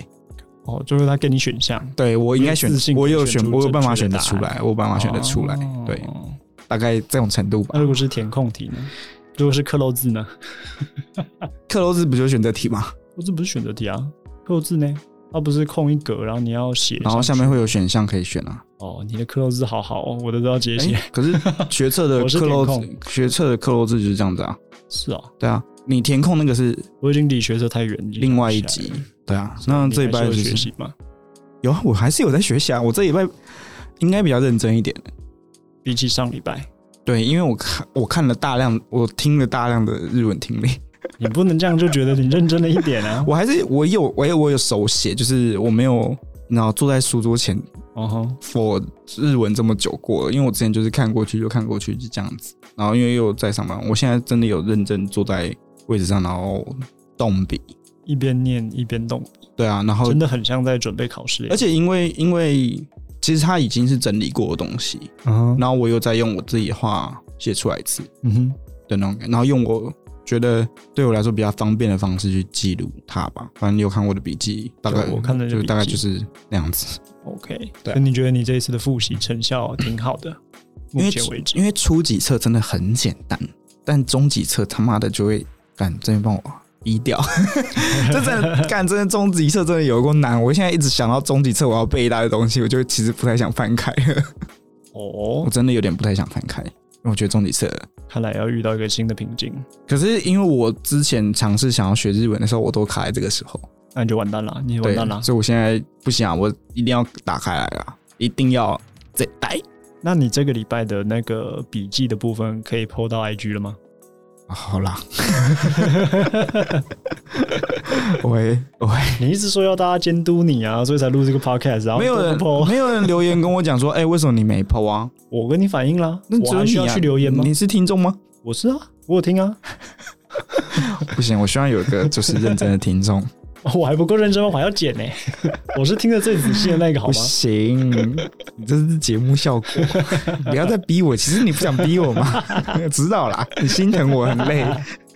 [SPEAKER 2] 哦，就是他给你选项，
[SPEAKER 1] 对我应该选
[SPEAKER 2] 自信，地
[SPEAKER 1] 我有
[SPEAKER 2] 选
[SPEAKER 1] 选，
[SPEAKER 2] 出
[SPEAKER 1] 我有办法选
[SPEAKER 2] 正确的
[SPEAKER 1] 得出
[SPEAKER 2] 答案
[SPEAKER 1] 来，我有办法选得出来。
[SPEAKER 2] 哦
[SPEAKER 1] 对，大概这种程度吧
[SPEAKER 2] 那。如果是填空题呢？如果是克漏字呢？
[SPEAKER 1] 克罗兹不就是选择题吗？
[SPEAKER 2] 我这不是选择题啊，克漏字呢？它不是空一格，然后你要写上去，
[SPEAKER 1] 然后下面会有选项可以选啊。
[SPEAKER 2] 哦，你的克漏字好好哦，我的都要直接写。
[SPEAKER 1] 哎，可是学测的
[SPEAKER 2] 我是
[SPEAKER 1] 克罗
[SPEAKER 2] 填
[SPEAKER 1] 兹，学测的克罗兹就是这样子啊。
[SPEAKER 2] 是啊，
[SPEAKER 1] 对啊，你填空那个是
[SPEAKER 2] 我已经离学测太远了，
[SPEAKER 1] 另外一
[SPEAKER 2] 想不起
[SPEAKER 1] 集
[SPEAKER 2] 来了。。
[SPEAKER 1] 对啊，那这一
[SPEAKER 2] 你还
[SPEAKER 1] 拜
[SPEAKER 2] 是
[SPEAKER 1] 就
[SPEAKER 2] 有学
[SPEAKER 1] 是
[SPEAKER 2] 习嘛，
[SPEAKER 1] 有啊，我还是有在学习啊。我这一拜应该比较认真一点。
[SPEAKER 2] 比起上礼拜，
[SPEAKER 1] 对，因为我看我看了大量，我听了大量的日文听力，
[SPEAKER 2] 你不能这样就觉得你认真了一点啊。
[SPEAKER 1] 我还是我有我有我有手写，就是我没有，然后坐在书桌前
[SPEAKER 2] 哦吼，
[SPEAKER 1] for 日文这么久过了，因为我之前就是看过去就看过去就这样子，然后因为又在上班，我现在真的有认真坐在位置上，然后动笔，
[SPEAKER 2] 一边念一边动，
[SPEAKER 1] 对啊，然后
[SPEAKER 2] 真的很像在准备考试耶。
[SPEAKER 1] 而且因为因为其实它已经是整理过的东西，
[SPEAKER 2] 啊，
[SPEAKER 1] 然后我又再用我自己的话写出来一次
[SPEAKER 2] 嗯哼，
[SPEAKER 1] 的那种感觉，然后用我觉得对我来说比较方便的方式去记录它吧。反正你有看我的笔记，大概
[SPEAKER 2] 对我看了你的
[SPEAKER 1] 就
[SPEAKER 2] 笔记
[SPEAKER 1] 大概就是那样子。
[SPEAKER 2] OK，
[SPEAKER 1] 对
[SPEAKER 2] 所以你觉得你这一次的复习成效挺好的？
[SPEAKER 1] 因
[SPEAKER 2] 目
[SPEAKER 1] 为
[SPEAKER 2] 前为止，
[SPEAKER 1] 因为初几册真的很简单，但中几册他妈的就会干，真的帮我逼掉。 这真的干，真的中几册真的有够难。我现在一直想到中几册我要背一大堆东西，我就其实不太想翻开了。
[SPEAKER 2] 哦
[SPEAKER 1] 我，真的有点不太想翻开，因为我觉得中几册
[SPEAKER 2] 看来要遇到一个新的瓶颈，
[SPEAKER 1] 可是因为我之前尝试想要学日文的时候，我都卡在这个时候，
[SPEAKER 2] 那你就完蛋了，你
[SPEAKER 1] 对
[SPEAKER 2] 完蛋了，。
[SPEAKER 1] 所以我现在不行啊，我一定要打开来啊，一定要再带
[SPEAKER 2] 那你这个礼拜的那个笔记的部分可以 PO 到 IG 了吗？
[SPEAKER 1] 啊好啦， 我会我会，
[SPEAKER 2] 你一直说要大家监督你啊，所以才录这个 podcast，然后
[SPEAKER 1] 没有人
[SPEAKER 2] 都不 PO，
[SPEAKER 1] 没有人留言跟我讲说，哎、为什么你没 PO 啊？
[SPEAKER 2] 我跟你反映啦，
[SPEAKER 1] 那只
[SPEAKER 2] 我
[SPEAKER 1] 有
[SPEAKER 2] 还需
[SPEAKER 1] 你
[SPEAKER 2] 要
[SPEAKER 1] 啊
[SPEAKER 2] 去留言吗？
[SPEAKER 1] 你是听众 吗？
[SPEAKER 2] 我是啊，我有听啊，
[SPEAKER 1] 不行，我希望有一个就是认真的听众。
[SPEAKER 2] 我还不够认真吗？我还要剪呢、 我是听得最仔细的那个，好
[SPEAKER 1] 不
[SPEAKER 2] 吗？
[SPEAKER 1] 行，你这是节目效 果，你不要再逼我。其实你不想逼我嘛， 知道啦，你心疼我很 累。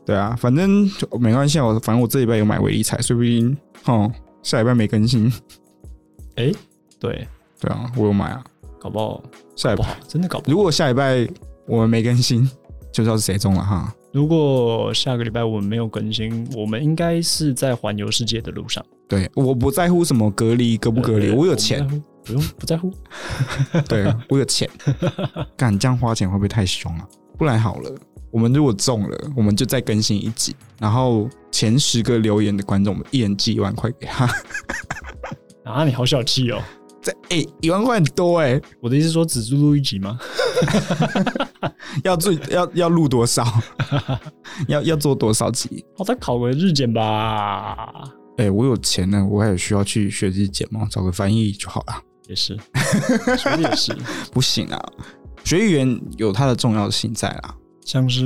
[SPEAKER 1] 对啊，反正就没关系啊，我反正我这礼拜有买微理财，说不定哦下礼拜没更新。
[SPEAKER 2] 哎、对，
[SPEAKER 1] 对啊，我有买啊，
[SPEAKER 2] 搞不好
[SPEAKER 1] 下礼
[SPEAKER 2] 不
[SPEAKER 1] 拜
[SPEAKER 2] 好，真的搞不好。
[SPEAKER 1] 如果下礼拜我们没更新，就知道是谁中了哈。
[SPEAKER 2] 如果下个礼拜我们没有更新，我们应该是在环游世界的路上。
[SPEAKER 1] 对，我不在乎什么隔离隔不隔离，
[SPEAKER 2] 对
[SPEAKER 1] 我有钱，，
[SPEAKER 2] 不在乎不用不在乎。
[SPEAKER 1] 对我有钱。敢这样花钱会不会太凶啊？不然好了，我们如果中了，我们就再更新一集，然后前十个留言的观众，我们一人寄一万块给他。
[SPEAKER 2] 啊，你好小气哦！
[SPEAKER 1] 这哎、一万块很多哎、
[SPEAKER 2] 我的意思是说，只录一集吗？
[SPEAKER 1] 要做要要录多少？要要做多少集？
[SPEAKER 2] 好，再考个日检吧。
[SPEAKER 1] 哎、我有钱呢，我还有需要去学日检吗？找个翻译就好了。
[SPEAKER 2] 也是，说的也是，
[SPEAKER 1] 不行啊，学语言有它的重要性在啦。
[SPEAKER 2] 像是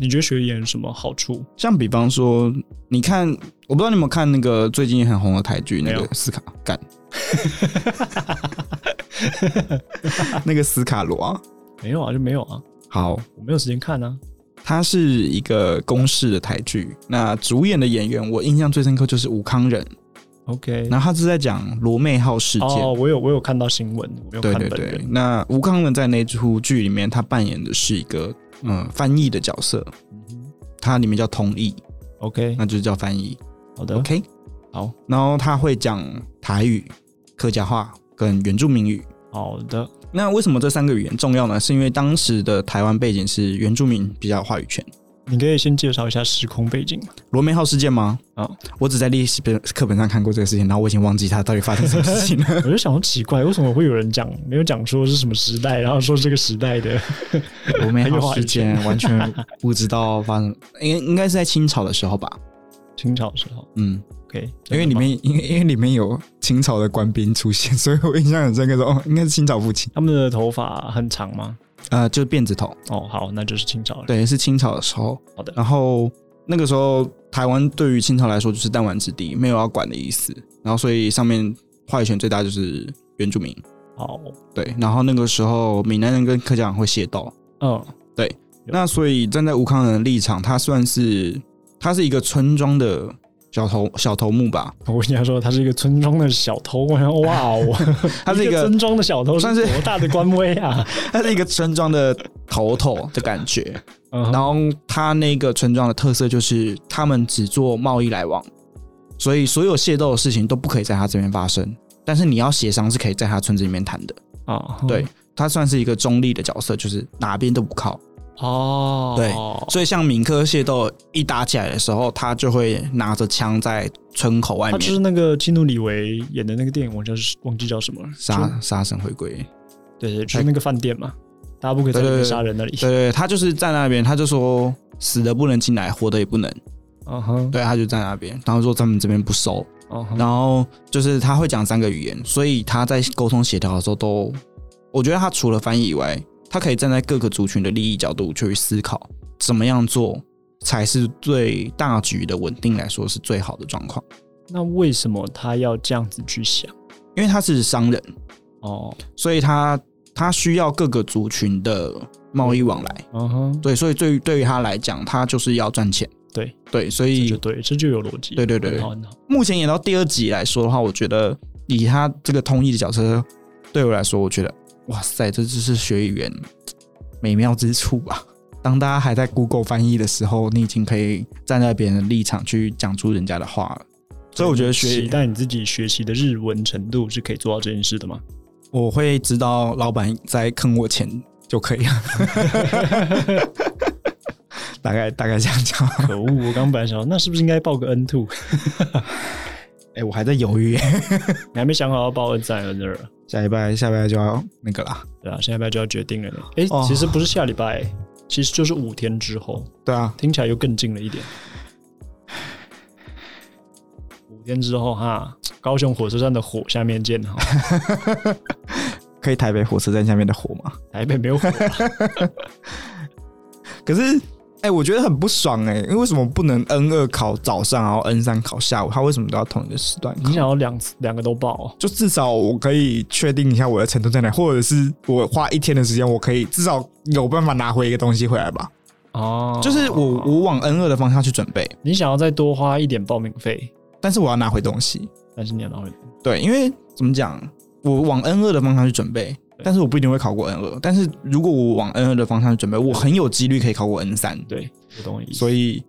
[SPEAKER 2] 你觉得学语言有什么好处？
[SPEAKER 1] 像比方说，你看，我不知道你有没有看那个最近很红的台剧，那
[SPEAKER 2] 没
[SPEAKER 1] 个
[SPEAKER 2] 有
[SPEAKER 1] 斯卡干， 那个斯卡罗啊，
[SPEAKER 2] 没有啊，就没有啊，
[SPEAKER 1] 好，
[SPEAKER 2] 我没有时间看啊。
[SPEAKER 1] 它是一个公式的台剧。那主演的演员，我印象最深刻就是吴康仁，
[SPEAKER 2] OK，
[SPEAKER 1] 然后他是在讲罗妹号事件。
[SPEAKER 2] 哦，我有我有看到新闻，我没有
[SPEAKER 1] 对
[SPEAKER 2] 看
[SPEAKER 1] 对
[SPEAKER 2] 本人。
[SPEAKER 1] 对，那吴康仁在那出剧里面，他扮演的是一个嗯、呃翻译的角色，
[SPEAKER 2] 嗯哼
[SPEAKER 1] 它里面叫通译，
[SPEAKER 2] OK，
[SPEAKER 1] 那就是叫翻译。
[SPEAKER 2] 好的
[SPEAKER 1] OK，
[SPEAKER 2] 好，
[SPEAKER 1] 然后他会讲台语、客家话跟原住民语。
[SPEAKER 2] 好的，
[SPEAKER 1] 那为什么这三个语言重要呢？是因为当时的台湾背景是原住民比较有话语权。
[SPEAKER 2] 你可以先介绍一下时空背景吗？
[SPEAKER 1] 罗梅号事件吗？
[SPEAKER 2] 啊、
[SPEAKER 1] 我只在历史本课本上看过这个事情，然后我已经忘记它到底发生什么事情 了。
[SPEAKER 2] 我就想说奇怪，为什么会有人讲没有讲说是什么时代，然后说这个时代的？
[SPEAKER 1] 罗梅号事件完全不知道发生，应应该是在清朝的时候吧？
[SPEAKER 2] 清朝的时候
[SPEAKER 1] 嗯，
[SPEAKER 2] ，OK，
[SPEAKER 1] 因为里面因为因为里面有清 朝的官兵出现，所以我印象很深刻说哦，应该是清朝父亲。
[SPEAKER 2] 他们的头发很长吗？
[SPEAKER 1] 呃，就是辫子头，
[SPEAKER 2] 哦，好，那就是清朝了。，
[SPEAKER 1] 对，是清朝的时候。
[SPEAKER 2] 好的，
[SPEAKER 1] 然后那个时候，台湾对于清朝来说就是弹丸之地，没有要管的意思。然后所以上面话语权最大就是原住民，
[SPEAKER 2] 好，
[SPEAKER 1] 对。然后那个时候，闽南人跟客家人会械斗，
[SPEAKER 2] 嗯，有
[SPEAKER 1] 那所以站在吴康仁的立场，他算是他是一个村庄的小头小头目吧，
[SPEAKER 2] 我跟你说，他是一个村庄的小偷，我想，哇哦，
[SPEAKER 1] 他 是一
[SPEAKER 2] 个
[SPEAKER 1] 个
[SPEAKER 2] 村庄的小偷，
[SPEAKER 1] 算是
[SPEAKER 2] 多大的官威 啊！
[SPEAKER 1] 他是一个村庄的头头的感觉。
[SPEAKER 2] 然
[SPEAKER 1] 然后他那个村庄的特色就是他们只做贸易来往，所以所有械斗的事情都不可以在他这边发生。但是你要协商是可以在他村子里面谈的。
[SPEAKER 2] 啊，
[SPEAKER 1] 对，他算是一个中立的角色，就是哪边都不靠。
[SPEAKER 2] 哦，
[SPEAKER 1] 对所以像民科械斗一打起来的时候，他就会拿着枪在村口外
[SPEAKER 2] 他哦就是
[SPEAKER 1] 面
[SPEAKER 2] 那个基努里维演的那个电影，我叫是忘记叫什么了，就
[SPEAKER 1] 杀杀神回归。
[SPEAKER 2] 对对，就是那个饭店嘛，大家不可以在里面杀人那里。
[SPEAKER 1] 对对，他就是在那边，他就说死的不能进来，活的也不能。
[SPEAKER 2] 嗯哼，
[SPEAKER 1] 对，他就在那边，然后说他们这边不收，
[SPEAKER 2] 嗯哼，
[SPEAKER 1] 然后就是他会讲三个语言，所以他在沟通协调的时候都，我觉得他除了翻译以外，他可以站在各个族群的利益角度去思考，怎么样做才是对大局的稳定来说是最好的状况。
[SPEAKER 2] 那为什么他要这样子去想？
[SPEAKER 1] 因为他是商人，
[SPEAKER 2] 哦，
[SPEAKER 1] 所以他他需要各个族群的贸易往来，
[SPEAKER 2] 嗯哼，
[SPEAKER 1] 对，所以对于对于他来讲，他就是要赚钱，
[SPEAKER 2] 对
[SPEAKER 1] 对，所
[SPEAKER 2] 这
[SPEAKER 1] 以
[SPEAKER 2] 就对，这就有逻辑。
[SPEAKER 1] 对对对
[SPEAKER 2] 很好很好。
[SPEAKER 1] 目前演到第二集来说的话，我觉得以他这个通译的角色，对我来说，我觉得哇塞，这就是学语言美妙之处吧。当大家还在 Google 翻译的时候，你已经可以站在别人的立场去讲出人家的话了。所以我觉得
[SPEAKER 2] 期
[SPEAKER 1] 学，
[SPEAKER 2] 待你自己学习的日文程度是可以做到这件事的吗？
[SPEAKER 1] 我会知道老板在坑我钱就可以了。 大概大概这样讲，
[SPEAKER 2] 可恶，我刚本来想说，那是不是应该报个 N two？
[SPEAKER 1] 哎、我还在犹豫。
[SPEAKER 2] 你还没想好要报 N 三 N 二，
[SPEAKER 1] 下礼拜下礼拜就要那个啦，
[SPEAKER 2] 对啊，下礼拜就要决定了呢。哎、
[SPEAKER 1] 哦
[SPEAKER 2] 其实不是下礼拜，其实就是五天之后，
[SPEAKER 1] 对啊，
[SPEAKER 2] 听起来又更近了一点。五天之后哈，高雄火车站的火下面 见哈，
[SPEAKER 1] 可以台北火车站下面的火吗？
[SPEAKER 2] 台北没有火啊、
[SPEAKER 1] 可是，哎、我觉得很不爽哎、因为为什么不能 N 二考早上，然后 N 三考下午？他为什么都要同一个时段考
[SPEAKER 2] 你？想要两两个都报哦、
[SPEAKER 1] 就至少我可以确定一下我的程度在哪，或者是我花一天的时间，我可以至少有办法拿回一个东西回来吧。
[SPEAKER 2] 哦，
[SPEAKER 1] 就是我我往 N 二的方向去准备，
[SPEAKER 2] 你想要再多花一点报名费，
[SPEAKER 1] 但是我要拿回东西。
[SPEAKER 2] 但是你要拿回
[SPEAKER 1] 对，因为怎么讲，我往 N 二的方向去准备，但是我不一定会考过 N 二。但是如果我往 N 二的方向去准备，我很有几率可以考过 N 三。
[SPEAKER 2] 对，我懂你意思。
[SPEAKER 1] 所以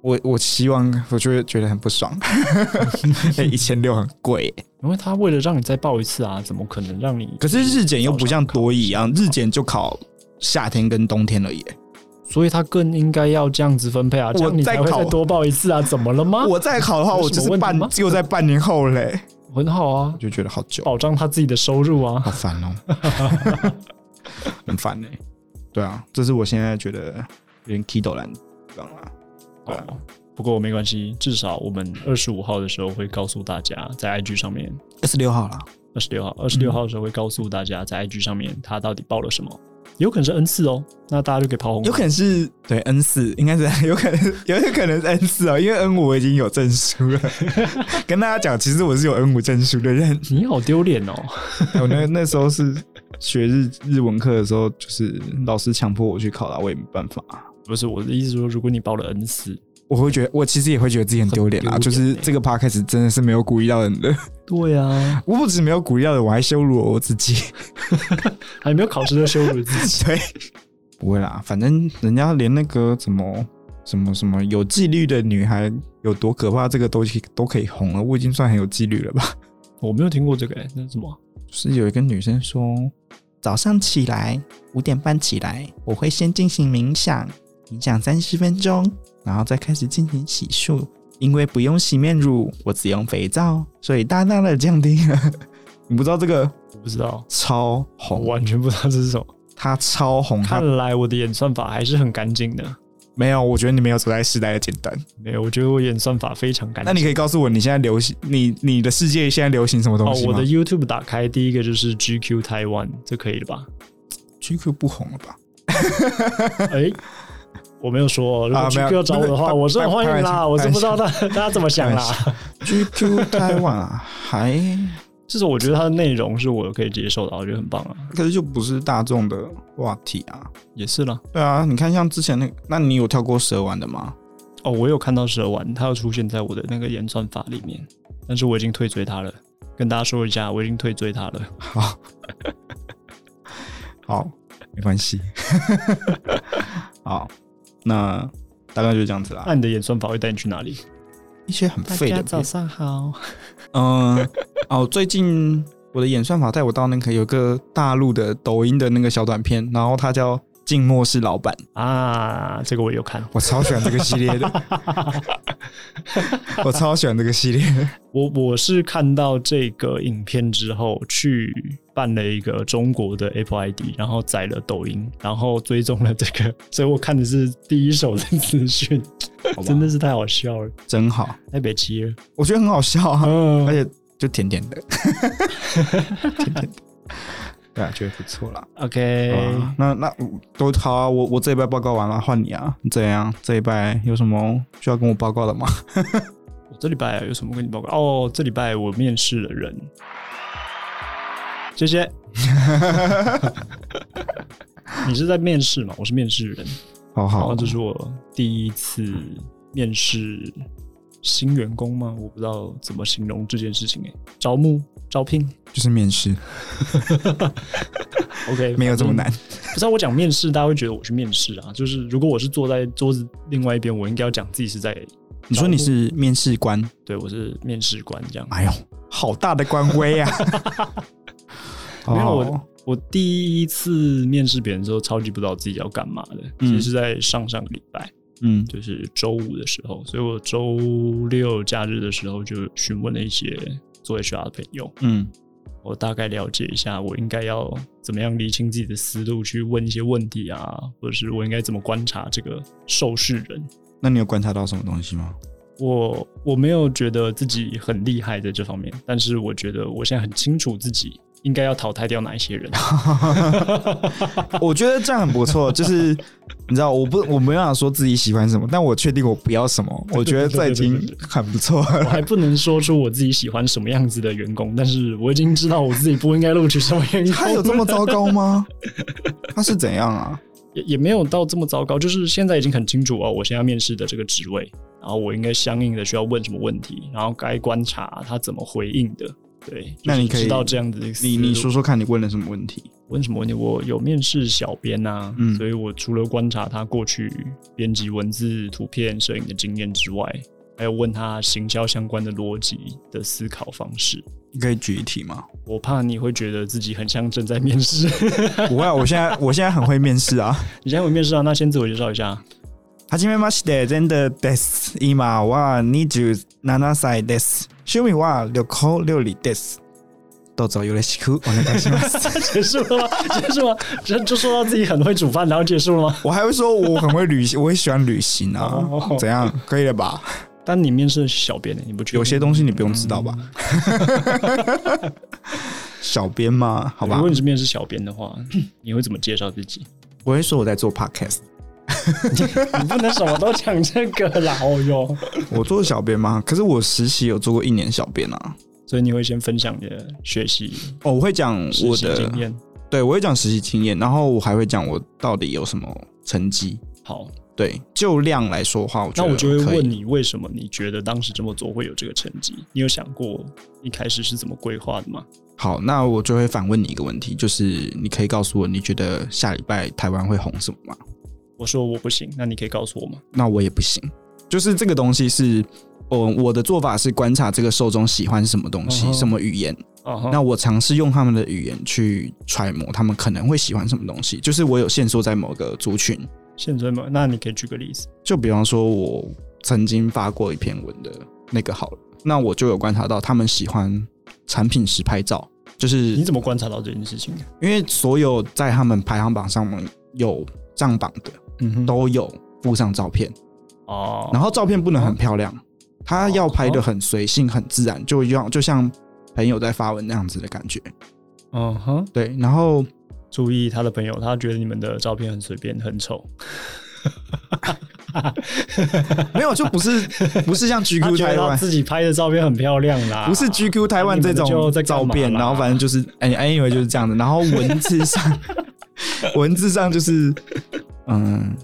[SPEAKER 1] 我我希望，我就会觉得很不爽。 一千六很贵、
[SPEAKER 2] 因为他为了让你再报一次啊，怎么可能让你？
[SPEAKER 1] 可是日检又不像多一样，日检就考夏天跟冬天而已。
[SPEAKER 2] 所以他更应该要这样子分配啊，
[SPEAKER 1] 我
[SPEAKER 2] 这样你
[SPEAKER 1] 在
[SPEAKER 2] 才会
[SPEAKER 1] 考
[SPEAKER 2] 再多报一次啊，怎么了吗？
[SPEAKER 1] 我再考的话，
[SPEAKER 2] 有
[SPEAKER 1] 我
[SPEAKER 2] 什
[SPEAKER 1] 就
[SPEAKER 2] 么
[SPEAKER 1] 是半
[SPEAKER 2] 问题吗
[SPEAKER 1] 又在半年后嘞，
[SPEAKER 2] 很好啊
[SPEAKER 1] 我，就觉得好久，
[SPEAKER 2] 保障他自己的收入啊。
[SPEAKER 1] 好烦 哦，很烦呢、对啊，这是我现在觉得有点 kido 懒的地方啦。对啊
[SPEAKER 2] 好，哦不过没关系，至少我们二十五号的时候会告诉大家，在 IG 上面，
[SPEAKER 1] 二十六号啦，
[SPEAKER 2] 二十六号，二十六号的时候会告诉大家，在 IG 上面他到底报了什么，有可能是 N 四哦，那大家就可以抛红
[SPEAKER 1] 有
[SPEAKER 2] 包。
[SPEAKER 1] 可能是对 N 四，应该是有可能，有可能是 N 四哦，因为 N 五我已经有证书 了。跟大家讲，其实我是有 N 五证书的人，
[SPEAKER 2] 你好丢脸哦！
[SPEAKER 1] 我那那时候是学日日文课的时候，就是老师强迫我去考啦，我也没办法。
[SPEAKER 2] 不是我的意思是说，如果你报了 N 四，
[SPEAKER 1] 我会觉得，我其实也会觉得自己很丢脸啦。
[SPEAKER 2] 很丢
[SPEAKER 1] 就
[SPEAKER 2] 脸
[SPEAKER 1] 是
[SPEAKER 2] 欸
[SPEAKER 1] 这个 p 开始真的是没有鼓励到人的，
[SPEAKER 2] 对啊，
[SPEAKER 1] 我不止没有鼓励到人，我还羞辱了我自己。
[SPEAKER 2] 还没有考试就羞辱自己，
[SPEAKER 1] 对， 不会啦，反正人家连那个什么什么什么有纪律的女孩有多可怕，这个都都可以红了，我已经算很有纪律了吧？
[SPEAKER 2] 我没有听过这个、欸，那是什么啊？
[SPEAKER 1] 就是有一个女生说，早上起来五点半起来，我会先进行冥想，冥想三十分钟，然后再开始进行洗漱。因为不用洗面乳，我只用肥皂，所以大大的降低了。 你不知道这个
[SPEAKER 2] 我不知道，
[SPEAKER 1] 超
[SPEAKER 2] 我
[SPEAKER 1] 红，
[SPEAKER 2] 完全不知道这是什么。
[SPEAKER 1] 它超红，它
[SPEAKER 2] 看来我的演算法还是很干净的。
[SPEAKER 1] 没有，我觉得你没有走在时代的尖端。
[SPEAKER 2] 没有，我觉得我演算法非常干净。
[SPEAKER 1] 那你可以告诉我，你现在流行，你你的世界现在流行什么东
[SPEAKER 2] 哦，
[SPEAKER 1] 西吗？
[SPEAKER 2] 我的 YouTube 打开第一个就是 GQ Taiwan，这可以了吧？
[SPEAKER 1] GQ 不红了吧？
[SPEAKER 2] 哎、我没有说哦，如果
[SPEAKER 1] 啊没有
[SPEAKER 2] GQ 要找我的
[SPEAKER 1] 不
[SPEAKER 2] 话，
[SPEAKER 1] 是
[SPEAKER 2] 我是很欢迎啦。
[SPEAKER 1] 不
[SPEAKER 2] 我
[SPEAKER 1] 不
[SPEAKER 2] 是不知道大大家怎么想啦。
[SPEAKER 1] GQ 台湾啊，还
[SPEAKER 2] 至少我觉得它的内容是我可以接受的，我觉得很棒啊。
[SPEAKER 1] 可是就不是大众的话题啊。
[SPEAKER 2] 也是啦，
[SPEAKER 1] 对啊，你看像之前那个，那你有跳过蛇丸的吗？
[SPEAKER 2] 哦，我有看到蛇丸，它有出现在我的那个演算法里面，但是我已经退追它了。跟大家说一下，我已经退追它了。
[SPEAKER 1] 好，好，没关系。 好，那大概就这样子啦
[SPEAKER 2] 那。你的演算法会带你去哪里？
[SPEAKER 1] 一些很废的片，
[SPEAKER 2] 上好。
[SPEAKER 1] 嗯、哦，最近我的演算法带我到那个有个大陆的抖音的那个小短片，然后它叫《静默是老板》，
[SPEAKER 2] 啊，这个我 有看。
[SPEAKER 1] 我超喜欢这个系列的， 我超喜欢这个系列的。
[SPEAKER 2] 我我是看到这个影片之后，去办了一个中国的 Apple ID，然后载了抖音，然后追踪了这个，所以我看的是第一手的资讯，
[SPEAKER 1] 好吧
[SPEAKER 2] 真的是太好笑了，
[SPEAKER 1] 真好，
[SPEAKER 2] 太北齐了。
[SPEAKER 1] 我觉得很好笑啊，
[SPEAKER 2] 嗯、
[SPEAKER 1] 而且就甜甜的， 甜甜的，对啊，觉得不错啦。
[SPEAKER 2] o k
[SPEAKER 1] 啊那那都好啊，我我这一拜报告完了，换你啊，你怎样？这一拜有什么需要跟我报告的吗？
[SPEAKER 2] 我这礼拜有什么跟你报告？哦，这礼拜我面试了人，谢谢。你是在面试吗？我是面试人，
[SPEAKER 1] 好
[SPEAKER 2] 然后
[SPEAKER 1] 好，
[SPEAKER 2] 这啊是我第一次面试新员工吗？我不知道怎么形容这件事情、欸。招募、招聘
[SPEAKER 1] 就是面试，
[SPEAKER 2] ，OK，
[SPEAKER 1] 没有这么难。。
[SPEAKER 2] 不知道我讲面试，大家会觉得我去面试啊。就是如果我是坐在桌子另外一边，我应该要讲自己是在
[SPEAKER 1] 你说你是面试官，
[SPEAKER 2] 对我是面试官这样。
[SPEAKER 1] 哎呦，好大的官威啊！
[SPEAKER 2] 没有
[SPEAKER 1] 哦，
[SPEAKER 2] 我第一次面试别人的时候，超级不知道自己要干嘛的。
[SPEAKER 5] 嗯
[SPEAKER 2] 其实是在上上个礼拜，
[SPEAKER 5] 嗯，
[SPEAKER 2] 就是周五的时候，所以我周六假日的时候就询问了一些做 HR 的朋友，
[SPEAKER 5] 嗯，
[SPEAKER 2] 我大概了解一下我应该要怎么样理清自己的思路，去问一些问题啊，或者是我应该怎么观察这个受试人。
[SPEAKER 5] 那你有观察到什么东西吗？
[SPEAKER 2] 我我没有觉得自己很厉害在这方面，但是我觉得我现在很清楚自己应该要淘汰掉哪一些人。
[SPEAKER 1] 我觉得这样很 不错，就是你知道，我不我没办法说自己喜欢什么，但我确定我不要什么，我觉得这已经很不错了。
[SPEAKER 2] 我还不能说出我自己喜欢什么样子的员工，但是我已经知道我自己不应该录取什么 员工。
[SPEAKER 1] 他有这么糟糕吗？他是怎样啊？
[SPEAKER 2] 也也没有到这么糟糕，就是现在已经很清楚哦，我现在面试的这个职位，然后我应该相应的需要问什么问题，然后该观察他怎么回应的。对，就是
[SPEAKER 5] 那你可以
[SPEAKER 2] 知道这样子的思路
[SPEAKER 5] 你你说说看，你问了什么问题？
[SPEAKER 2] 问什么问题？我有面试小编呐、
[SPEAKER 5] 嗯
[SPEAKER 2] 所以我除了观察他过去编辑文字、图片、摄影的经验之外，还有问他行销相关的逻辑的思考方式。
[SPEAKER 5] 你可以举一题吗？
[SPEAKER 2] 我怕你会觉得自己很像正在面试。
[SPEAKER 1] 不会啊，我现在 我现在很会面试啊。
[SPEAKER 2] 你现在有面试啊？那先自我介绍一下。
[SPEAKER 1] はじめまして、全的です。今は27歳です。趣味は旅行料理です。どうぞよろしくお願いします。
[SPEAKER 2] 结束了吗？结束了吗？就就说到自己很会煮饭，然后结束了吗？
[SPEAKER 1] 我还会说我很会旅行，我也喜欢旅行啊
[SPEAKER 2] 哦。
[SPEAKER 1] 怎样？可以了吧？
[SPEAKER 2] 但你面试小编呢、你不觉得
[SPEAKER 1] 有些东西你不用知道 吧？小编嘛，好
[SPEAKER 2] 如
[SPEAKER 1] 吧
[SPEAKER 2] 果，你是面试小编的话， 你会怎么介绍自己？
[SPEAKER 1] 我会说我在做 podcast。
[SPEAKER 2] 你不能什么都讲这个啦，哦哟。
[SPEAKER 1] 我做小编吗？可是我实习有做过一年小编啊。
[SPEAKER 2] 所以你会先分享你的学习
[SPEAKER 1] 哦，我会讲
[SPEAKER 2] 实
[SPEAKER 1] 我
[SPEAKER 2] 习经
[SPEAKER 1] 的，
[SPEAKER 2] 验。
[SPEAKER 1] 对我会讲实习经验，然后我还会讲我到底有什么成绩。
[SPEAKER 2] 好，
[SPEAKER 1] 对，就量来说的话，我觉
[SPEAKER 2] 那
[SPEAKER 1] 得
[SPEAKER 2] 我就会
[SPEAKER 1] 可以
[SPEAKER 2] 问你，为什么你觉得当时这么做会有这个成绩？你有想过一开始是怎么规划的吗？
[SPEAKER 1] 好，那我就会反问你一个问题，就是你可以告诉我，你觉得下礼拜台湾会红什么吗？
[SPEAKER 2] 我说我不行，那你可以告诉我吗？
[SPEAKER 1] 那我也不行，就是这个东西是，我我的做法是观察这个受众喜欢什么东西，
[SPEAKER 2] 嗯哼
[SPEAKER 1] 什么语言，
[SPEAKER 2] 啊哈，
[SPEAKER 1] 那我尝试用他们的语言去揣摩他们可能会喜欢什么东西，就是我有限缩在某个族群，
[SPEAKER 2] 现在吗？那你可以举个例子。
[SPEAKER 1] 就比方说我曾经发过一篇文的那个好了，那我就有观察到他们喜欢产品实拍照，就是
[SPEAKER 2] 你怎么观察到这件事情的？
[SPEAKER 1] 因为所有在他们排行榜上面有上榜的
[SPEAKER 2] 嗯哼，
[SPEAKER 1] 都有附上照片，
[SPEAKER 2] 哦，
[SPEAKER 1] 然后照片不能很漂亮，他要拍的很随性、很自然，就要就像朋友在发文那样子的感觉。
[SPEAKER 2] 嗯哼，
[SPEAKER 1] 对，然后
[SPEAKER 2] 注意他的朋友，他觉得你们的照片很随便，很丑。
[SPEAKER 4] 没有就不是不是像
[SPEAKER 2] 他
[SPEAKER 4] GQ
[SPEAKER 2] 觉得
[SPEAKER 4] 台
[SPEAKER 2] 他
[SPEAKER 4] 湾，
[SPEAKER 2] 自啊己拍的照片很漂亮啦，
[SPEAKER 4] 不是 GQ 台湾这
[SPEAKER 2] 你们就
[SPEAKER 4] 种
[SPEAKER 2] 在干
[SPEAKER 4] 照
[SPEAKER 2] 嘛啦
[SPEAKER 4] 片，然后反正就是哎 anyway 就是这样的，然后文字 上文字上就是嗯，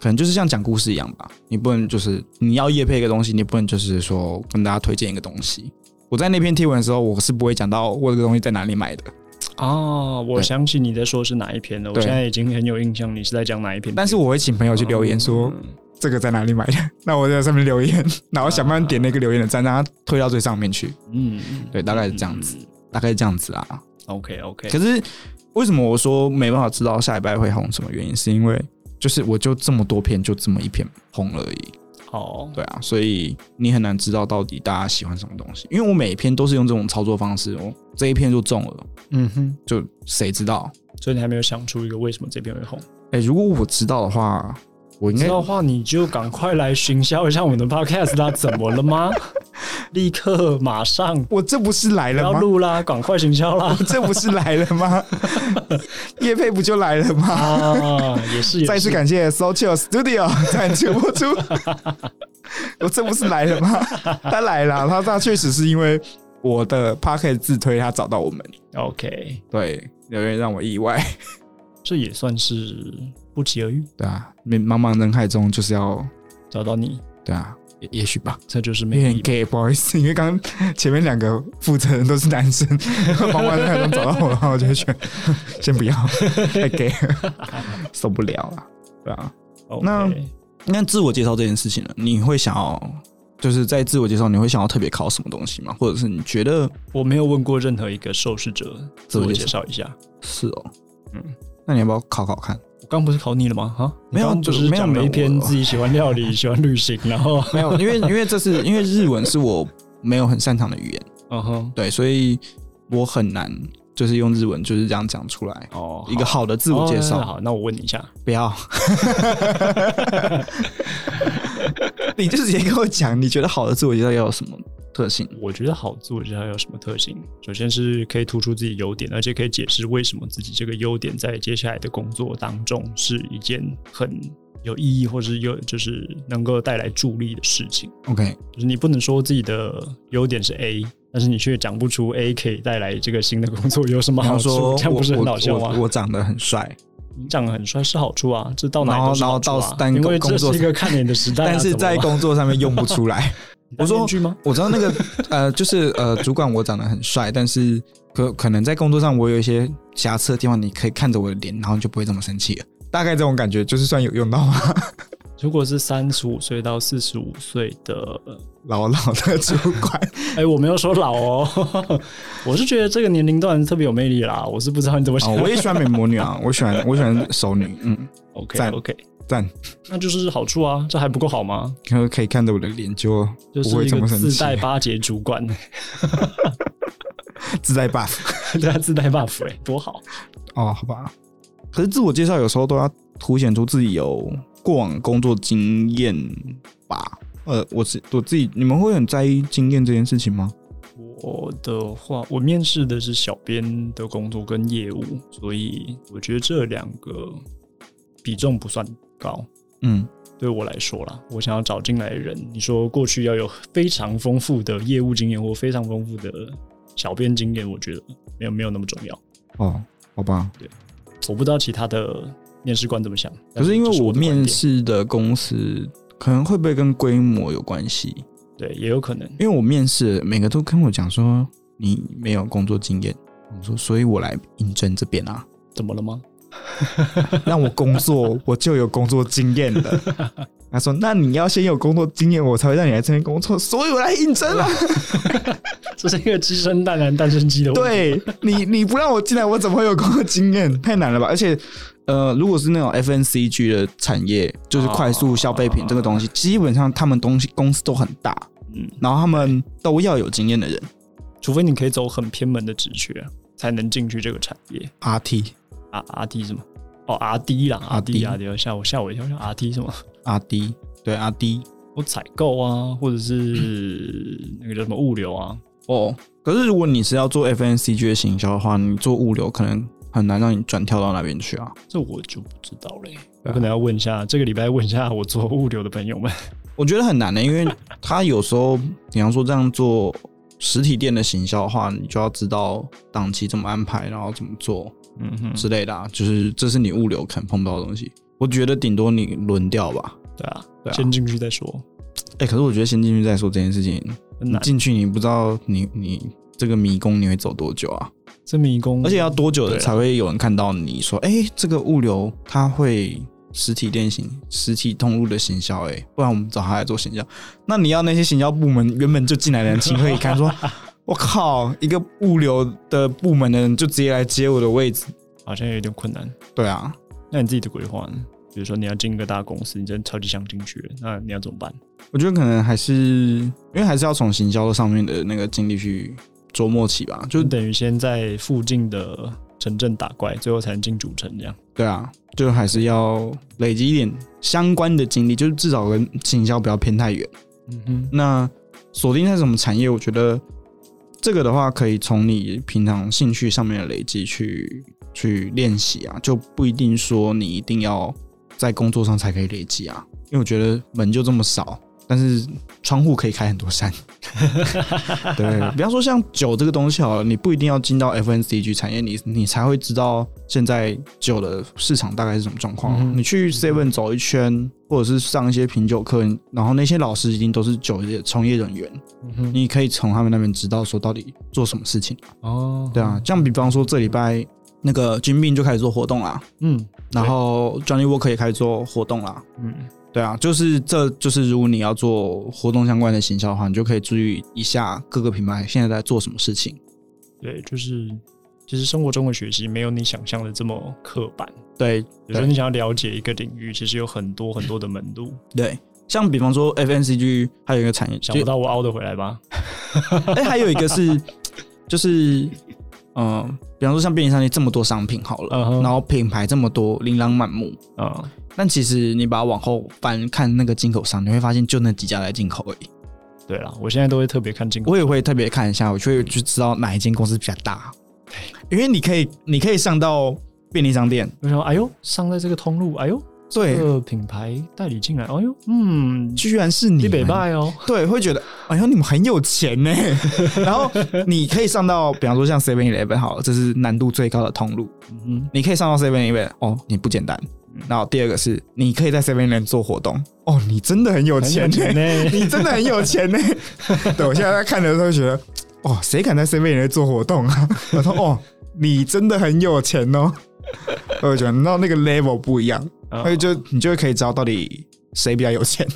[SPEAKER 4] 可能就是像讲故事一样吧，你不能就是你要夜配一个东西，你不能就是说跟大家推荐一个东西。我在那篇贴文的时候，我是不会讲到我这个东西在哪里买的，
[SPEAKER 2] 哦，我
[SPEAKER 4] 对
[SPEAKER 2] 想起你在说是哪一篇了，我
[SPEAKER 4] 对
[SPEAKER 2] 现在已经很有印象，你是在讲哪一篇？
[SPEAKER 4] 但是我会请朋友去留言说
[SPEAKER 2] 嗯
[SPEAKER 4] 这个在哪里买的， 那我就在上面留言，然后想办法点那个留言的赞，让它推到最上面去。
[SPEAKER 2] 嗯，
[SPEAKER 4] 对，大概是这样子，大概是这样子啦。
[SPEAKER 2] OK OK，
[SPEAKER 1] 可
[SPEAKER 4] 可是为什么我说没办法知道下礼拜会红什么原因？是因为就是我就这么多篇，就这么一篇红而已。
[SPEAKER 2] 好，
[SPEAKER 1] 对啊，所以你很难知道到底大家喜欢什么东西，因为我每一篇都是用这种操作方式，我这一篇就中了，
[SPEAKER 4] 嗯哼，
[SPEAKER 1] 就谁知道？
[SPEAKER 2] 所以你还没有想出一个为什么这篇会红？
[SPEAKER 1] 哎、如果我知道的话，我应
[SPEAKER 2] 知
[SPEAKER 1] 该
[SPEAKER 2] 道的话，你就赶快来寻销一下我们的 Podcast 啦，怎么 了吗？立刻马上
[SPEAKER 4] 我这不是来
[SPEAKER 2] 不要
[SPEAKER 4] 了吗？！
[SPEAKER 2] 录啦，赶快行销啦
[SPEAKER 4] 这不是来了 吗？叶佩不就来了吗？
[SPEAKER 2] 啊，也是，也
[SPEAKER 4] 再次
[SPEAKER 2] 是
[SPEAKER 4] 感谢 Social Studio 赞助播出。我这不是来了吗？他来了， 他他确实是因为我的 p a c k e t 自推，他找到我们，
[SPEAKER 2] OK，
[SPEAKER 4] 对，有点让我意外。
[SPEAKER 2] 这也算是不期而遇，
[SPEAKER 4] 对啊，茫茫人海中就是要
[SPEAKER 2] 找到你，
[SPEAKER 4] 对啊，也也许吧。
[SPEAKER 2] 这就是
[SPEAKER 4] 有
[SPEAKER 2] 魅
[SPEAKER 4] 点
[SPEAKER 2] 力。
[SPEAKER 4] gay，不好意思，因为刚刚前面两个负责人都是男 生，帮忙他能找到我的话，我就会选 先不要，太 gay 了受不了了，对啊。那
[SPEAKER 2] OK，
[SPEAKER 1] 那自我介绍这件事情呢，你会想要就是在自我介绍，你会想要特别考什么东西吗？或者是你觉得
[SPEAKER 2] 我没有问过任何一个受试者
[SPEAKER 1] 自
[SPEAKER 2] 自我
[SPEAKER 1] 我
[SPEAKER 2] 介
[SPEAKER 1] 介
[SPEAKER 2] 绍一下。
[SPEAKER 1] 是哦，
[SPEAKER 2] 嗯
[SPEAKER 1] 嗯，那你要不要考考看？
[SPEAKER 2] 我刚不是考你了吗？哈，
[SPEAKER 1] 没有
[SPEAKER 2] 你刚不
[SPEAKER 1] 就是没有
[SPEAKER 2] 讲
[SPEAKER 1] 没
[SPEAKER 2] 了
[SPEAKER 1] 有
[SPEAKER 2] 一篇
[SPEAKER 1] 我
[SPEAKER 2] 自己喜欢 料理、喜欢旅行，然后
[SPEAKER 1] 没有，因为因为这是因为日文是我没有很擅长的语言，
[SPEAKER 2] 嗯哼，
[SPEAKER 1] 对，所以我很难就是用日文就是这样讲出来
[SPEAKER 2] 哦
[SPEAKER 1] 一个好的自
[SPEAKER 2] 自
[SPEAKER 1] 我介绍。
[SPEAKER 2] 哦好，那我问你一下，
[SPEAKER 1] 不 要，你就直接跟我讲，你觉得好的自我介绍要有什么特性？
[SPEAKER 2] 我觉得好自我介绍有什么特性？首先是可以突出自己优点，而且可以解释为什么自己这个优点在接下来的工作当中是一件很有意义，或是有就是能够带来助力的事情。
[SPEAKER 1] OK，
[SPEAKER 2] 就是你不能说自己的优点是 A，但是你却讲不出 A 可以带来这个新的工作有什么
[SPEAKER 1] 你
[SPEAKER 2] 好
[SPEAKER 1] 要说
[SPEAKER 2] 处，这样不是很
[SPEAKER 1] 我
[SPEAKER 2] 搞笑
[SPEAKER 1] 我
[SPEAKER 2] 吗
[SPEAKER 1] 我？我长得很帅，
[SPEAKER 2] 你长得很帅是好处啊，这到哪
[SPEAKER 1] 然
[SPEAKER 2] 里
[SPEAKER 1] 后
[SPEAKER 2] 都是
[SPEAKER 1] 然后
[SPEAKER 2] 好处啊
[SPEAKER 1] 到但
[SPEAKER 2] 因为
[SPEAKER 1] 工
[SPEAKER 2] 这
[SPEAKER 1] 作
[SPEAKER 2] 是一个看脸的时代啊、
[SPEAKER 1] 但是在工作上面用不出 来。
[SPEAKER 2] 我
[SPEAKER 1] 我说
[SPEAKER 2] 说句吗？
[SPEAKER 1] 我知道那个呃，就是呃，主管我长得很帅，但是可可能在工作上我有一些瑕疵的地方，你可以看着我的脸，然后你就不会这么生气了。
[SPEAKER 4] 大概这种感觉就是算有用到吗？
[SPEAKER 2] 如果是三十五岁到四十五岁的
[SPEAKER 4] 老老的主管，
[SPEAKER 2] 哎、我没有说老哦， 我是觉得这个年龄段特别有魅力啦。我是 不知道你怎么想。
[SPEAKER 1] 哦，我也喜欢美魔女啊，我喜欢我喜欢熟女，嗯，
[SPEAKER 2] OK
[SPEAKER 4] 赞
[SPEAKER 2] OK，
[SPEAKER 4] 赞，
[SPEAKER 2] 那就是好处啊，这还不够好吗？
[SPEAKER 4] 可可以看着我的脸就
[SPEAKER 2] 就
[SPEAKER 4] 不
[SPEAKER 2] 是
[SPEAKER 4] 会
[SPEAKER 2] 一
[SPEAKER 4] 这
[SPEAKER 2] 个
[SPEAKER 4] 么生气
[SPEAKER 2] 自带巴结主管，
[SPEAKER 4] 自带 buff
[SPEAKER 2] 对啊，自带 buff 哎、多好。
[SPEAKER 4] 哦，好吧，
[SPEAKER 1] 可是自我介绍有时候都要凸显出自己有过往工作经验吧。呃，我自我自己，你们会很在意经验这件事情吗？
[SPEAKER 2] 我的话，我面试的是小编的工作跟业务，所以我觉得这两个比重不算高。
[SPEAKER 1] 嗯，
[SPEAKER 2] 对我来说啦，我想要找进来的人，你说过去要有非常丰富的业务经验或非常丰富的小编经验，我觉得没有没有那么重要。
[SPEAKER 1] 哦，好吧。
[SPEAKER 2] 我不知道其他的面试官怎么想。
[SPEAKER 1] 可是因
[SPEAKER 2] 但
[SPEAKER 1] 为
[SPEAKER 2] 这
[SPEAKER 1] 我
[SPEAKER 2] 的观点
[SPEAKER 1] 面试的公司可能会不会跟规模有关系？
[SPEAKER 2] 对也有可 能，
[SPEAKER 1] 因为我面试每个都跟我讲说你没有工作经验，我说所以我来应征这边啊。
[SPEAKER 2] 怎么了吗？
[SPEAKER 4] 让我工作我就有工作经验 了。他说：“那你要先有工作经验，我才会让你来这边工作，所以我来应
[SPEAKER 1] 啊
[SPEAKER 4] 征了。
[SPEAKER 2] 这是一个鸡生蛋还是蛋生鸡 的 问题。
[SPEAKER 4] 对你，你不让我进来，我怎么会有工作经验？
[SPEAKER 1] 太难了吧？而且，呃，如果是那种 FNCG 的产业，就是快速消费品这个东西，基本上他们东西公司都很大，
[SPEAKER 2] 嗯，
[SPEAKER 1] 然后他们都要有经验的人。
[SPEAKER 2] 除非你可以走很偏门的职缺，才能进去这个产业。
[SPEAKER 1] RT
[SPEAKER 2] R 啊 R D 什么？哦，R D 啦，R D
[SPEAKER 1] RD
[SPEAKER 2] R D，吓我吓我一跳，R D 什么？
[SPEAKER 1] RD 对 RD
[SPEAKER 2] 我采购啊，或者 是那个叫什么物流啊，
[SPEAKER 1] 哦，可是如果你是要做 FNCG 的行销的话，你做物流可能很很难让你转跳到那边去啊。
[SPEAKER 2] 这我就不知道嘞，
[SPEAKER 4] 对
[SPEAKER 2] 我
[SPEAKER 4] 啊
[SPEAKER 2] 可能要问一下这个礼拜问一下我做物流的朋友们。
[SPEAKER 1] 我觉得很难的、欸因为他有时候，比方说这样做实体店的行销的话，你就要知道档期怎么安排，然后怎么做
[SPEAKER 2] 嗯哼，
[SPEAKER 1] 之类的、啊，就是这是你物流可能碰不到的东西。我觉得顶多你轮调吧。
[SPEAKER 2] 对啊，
[SPEAKER 1] 对啊
[SPEAKER 2] 先进去再说，
[SPEAKER 1] 哎、可是我觉得先进去再说这件事情，
[SPEAKER 2] 很
[SPEAKER 1] 你
[SPEAKER 2] 难。
[SPEAKER 1] 进去你不知道你你这个迷宫你会走多久啊？
[SPEAKER 2] 这迷宫，
[SPEAKER 1] 而且要多久
[SPEAKER 2] 对
[SPEAKER 1] 的
[SPEAKER 2] 啊
[SPEAKER 1] 才会有人看到你说，哎、这个物流它会实体店行、实体通路的行销，哎，不然我们找他来做行销。那你要那些行销部门原本就进来的人情何以堪？说，我靠，一个物流的部门的人就直接来接我的位置，
[SPEAKER 2] 好像有点困难。
[SPEAKER 1] 对啊，
[SPEAKER 2] 那你自己的规划呢？比如说你要进一个大公司，你真的超级想进去了，那你要怎么办？
[SPEAKER 1] 我觉得可能还是因为还是要从行销的上面的那个精力去琢磨起吧，就
[SPEAKER 2] 就等于先在附近的城镇打怪，最后才能进主城这样。
[SPEAKER 1] 对啊，就还是要累积一点相关的经历，就是至少跟行销不要偏太远。
[SPEAKER 2] 嗯哼，
[SPEAKER 1] 那锁定在什么产业？我觉得这个的话，可以从你平常兴趣上面的累积去去练习啊，就不一定说你一定要在工作上才可以累积啊，因为我觉得门就这么少，但是窗户可以开很多 扇。对，比方说像酒这个东西好了，你不一定要进到 FNCG 产业，你你才会知道现在酒的市场大概是什么状况啊。
[SPEAKER 2] 嗯哼
[SPEAKER 1] 你去 Seven 走一圈，或者是上一些品酒课，然后那些老师一定都是酒业从业人员，
[SPEAKER 2] 嗯哼，
[SPEAKER 1] 你可以从他们那边知道说到底做什么事情。
[SPEAKER 2] 哦，
[SPEAKER 1] 对啊，，像比方说这礼拜那个金并就开始做活动啦，
[SPEAKER 2] 嗯
[SPEAKER 1] 然后 Johnny Walker 也开始做活动啦。
[SPEAKER 2] 嗯，
[SPEAKER 1] 对啊，就是这就是如果你要做活动相关的行销的话，你就可以注意一下各个品牌现在在做什么事情。
[SPEAKER 2] 对，就是其实生活中的学习没有你想象的这么刻板。
[SPEAKER 1] 对
[SPEAKER 2] 比如说你想要了解一个领域，其实有很多很多的门路，
[SPEAKER 1] 对，像比方说 FNCG 还有一个产业，
[SPEAKER 2] 想不到我凹得回来吧？
[SPEAKER 1] 就哎、还有一个是就是嗯、呃比方说像便利商店这么多商品好了，
[SPEAKER 2] 嗯哼
[SPEAKER 1] 然后品牌这么多，琳琅满目。
[SPEAKER 2] 啊，
[SPEAKER 1] 但其实你把它往后翻看那个进口商，你会发现就那几家来进口而已。
[SPEAKER 2] 对啦，我现在都会特别看进口，
[SPEAKER 1] 我也会特别看一下，我就会去知道哪一间公司比较大，因为你可以你可以上到便利商店，
[SPEAKER 2] 我想说，哎呦，上在这个通路，哎呦，这
[SPEAKER 1] 对，
[SPEAKER 2] 个品牌代理进来，哎呦，嗯，
[SPEAKER 1] 居然是你
[SPEAKER 2] 你
[SPEAKER 1] 们
[SPEAKER 2] 北拜哦，
[SPEAKER 1] 对，会觉得哎呦你们很有钱呢。 然后你可以上到，比方说像 Seven Eleven 好了，这是难度最高的通路，
[SPEAKER 2] 嗯
[SPEAKER 1] 你可以上到 Seven Eleven，哦，你不简单。然后第二个是，你可以在 Seven Eleven 做活动，哦，你真的很有
[SPEAKER 2] 哼，
[SPEAKER 1] 钱呢、
[SPEAKER 2] 呢，
[SPEAKER 1] 你真的很有 钱呢、对我现在在看的时候觉得，哦，谁敢在 C 位里面做活动 啊？我说，哦，你真的很有钱哦。我就觉得那那个 level 不一样，
[SPEAKER 2] 啊
[SPEAKER 1] 所以就你就会可以知道到底谁比较有钱。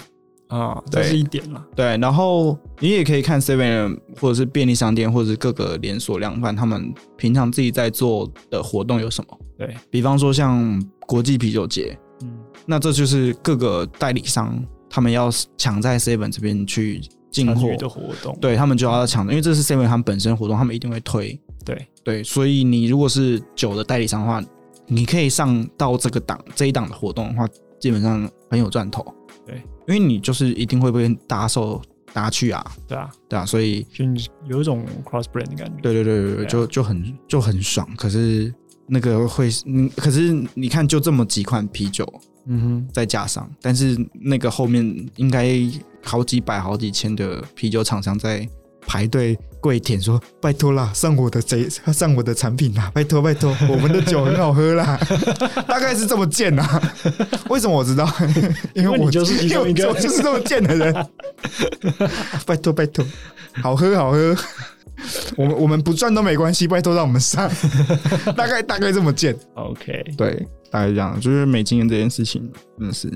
[SPEAKER 2] 啊，这
[SPEAKER 1] 对
[SPEAKER 2] 是一点啦，
[SPEAKER 1] 对，然后你也可以看 Seven 或者是便利商店或者是各个连锁量贩，他们平常自己在做的活动有什么？
[SPEAKER 2] 对，
[SPEAKER 1] 比方说像国际啤酒节，
[SPEAKER 2] 嗯，
[SPEAKER 1] 那这就是各个代理商他们要抢在 Seven 这边去进
[SPEAKER 2] 参
[SPEAKER 1] 货
[SPEAKER 2] 与的活动，
[SPEAKER 1] 对他们就要抢，因为这是 Seven 他们本身活动，他们一定会推。
[SPEAKER 2] 对
[SPEAKER 1] 对，所以你如果是酒的代理商的话，你可以上到这个档这一档的活动的话，基本上很有赚头。
[SPEAKER 2] 对，
[SPEAKER 1] 因为你就是一定会被搭售搭去啊，
[SPEAKER 2] 对啊，
[SPEAKER 1] 对啊，所以
[SPEAKER 2] 就你有一种 cross brand 的感觉，
[SPEAKER 1] 对对对对
[SPEAKER 2] 对
[SPEAKER 1] 对，
[SPEAKER 2] 啊
[SPEAKER 1] 就就很就很爽。可是那个会，嗯可是你看就这么几款啤酒
[SPEAKER 2] 嗯哼，
[SPEAKER 1] 再加上，但是那个后面应该好几百好几千的啤酒厂商在排队跪舔说：“拜托啦，上我的贼，上我的产品啦，拜托拜托， 我们的酒很好喝啦。” 大概是这么贱啊？为什么我知道？ 因
[SPEAKER 2] 因为
[SPEAKER 1] 我
[SPEAKER 2] 你就是其
[SPEAKER 1] 因为
[SPEAKER 2] 中
[SPEAKER 1] 我
[SPEAKER 2] 一个
[SPEAKER 1] 我就是这么贱的人。拜托拜托，好喝好喝，我们我们不赚都没关系，拜托让我们上。 大概大概这么贱。
[SPEAKER 2] ，OK，
[SPEAKER 1] 对，大概这样，就是没经验这件事情，真的是。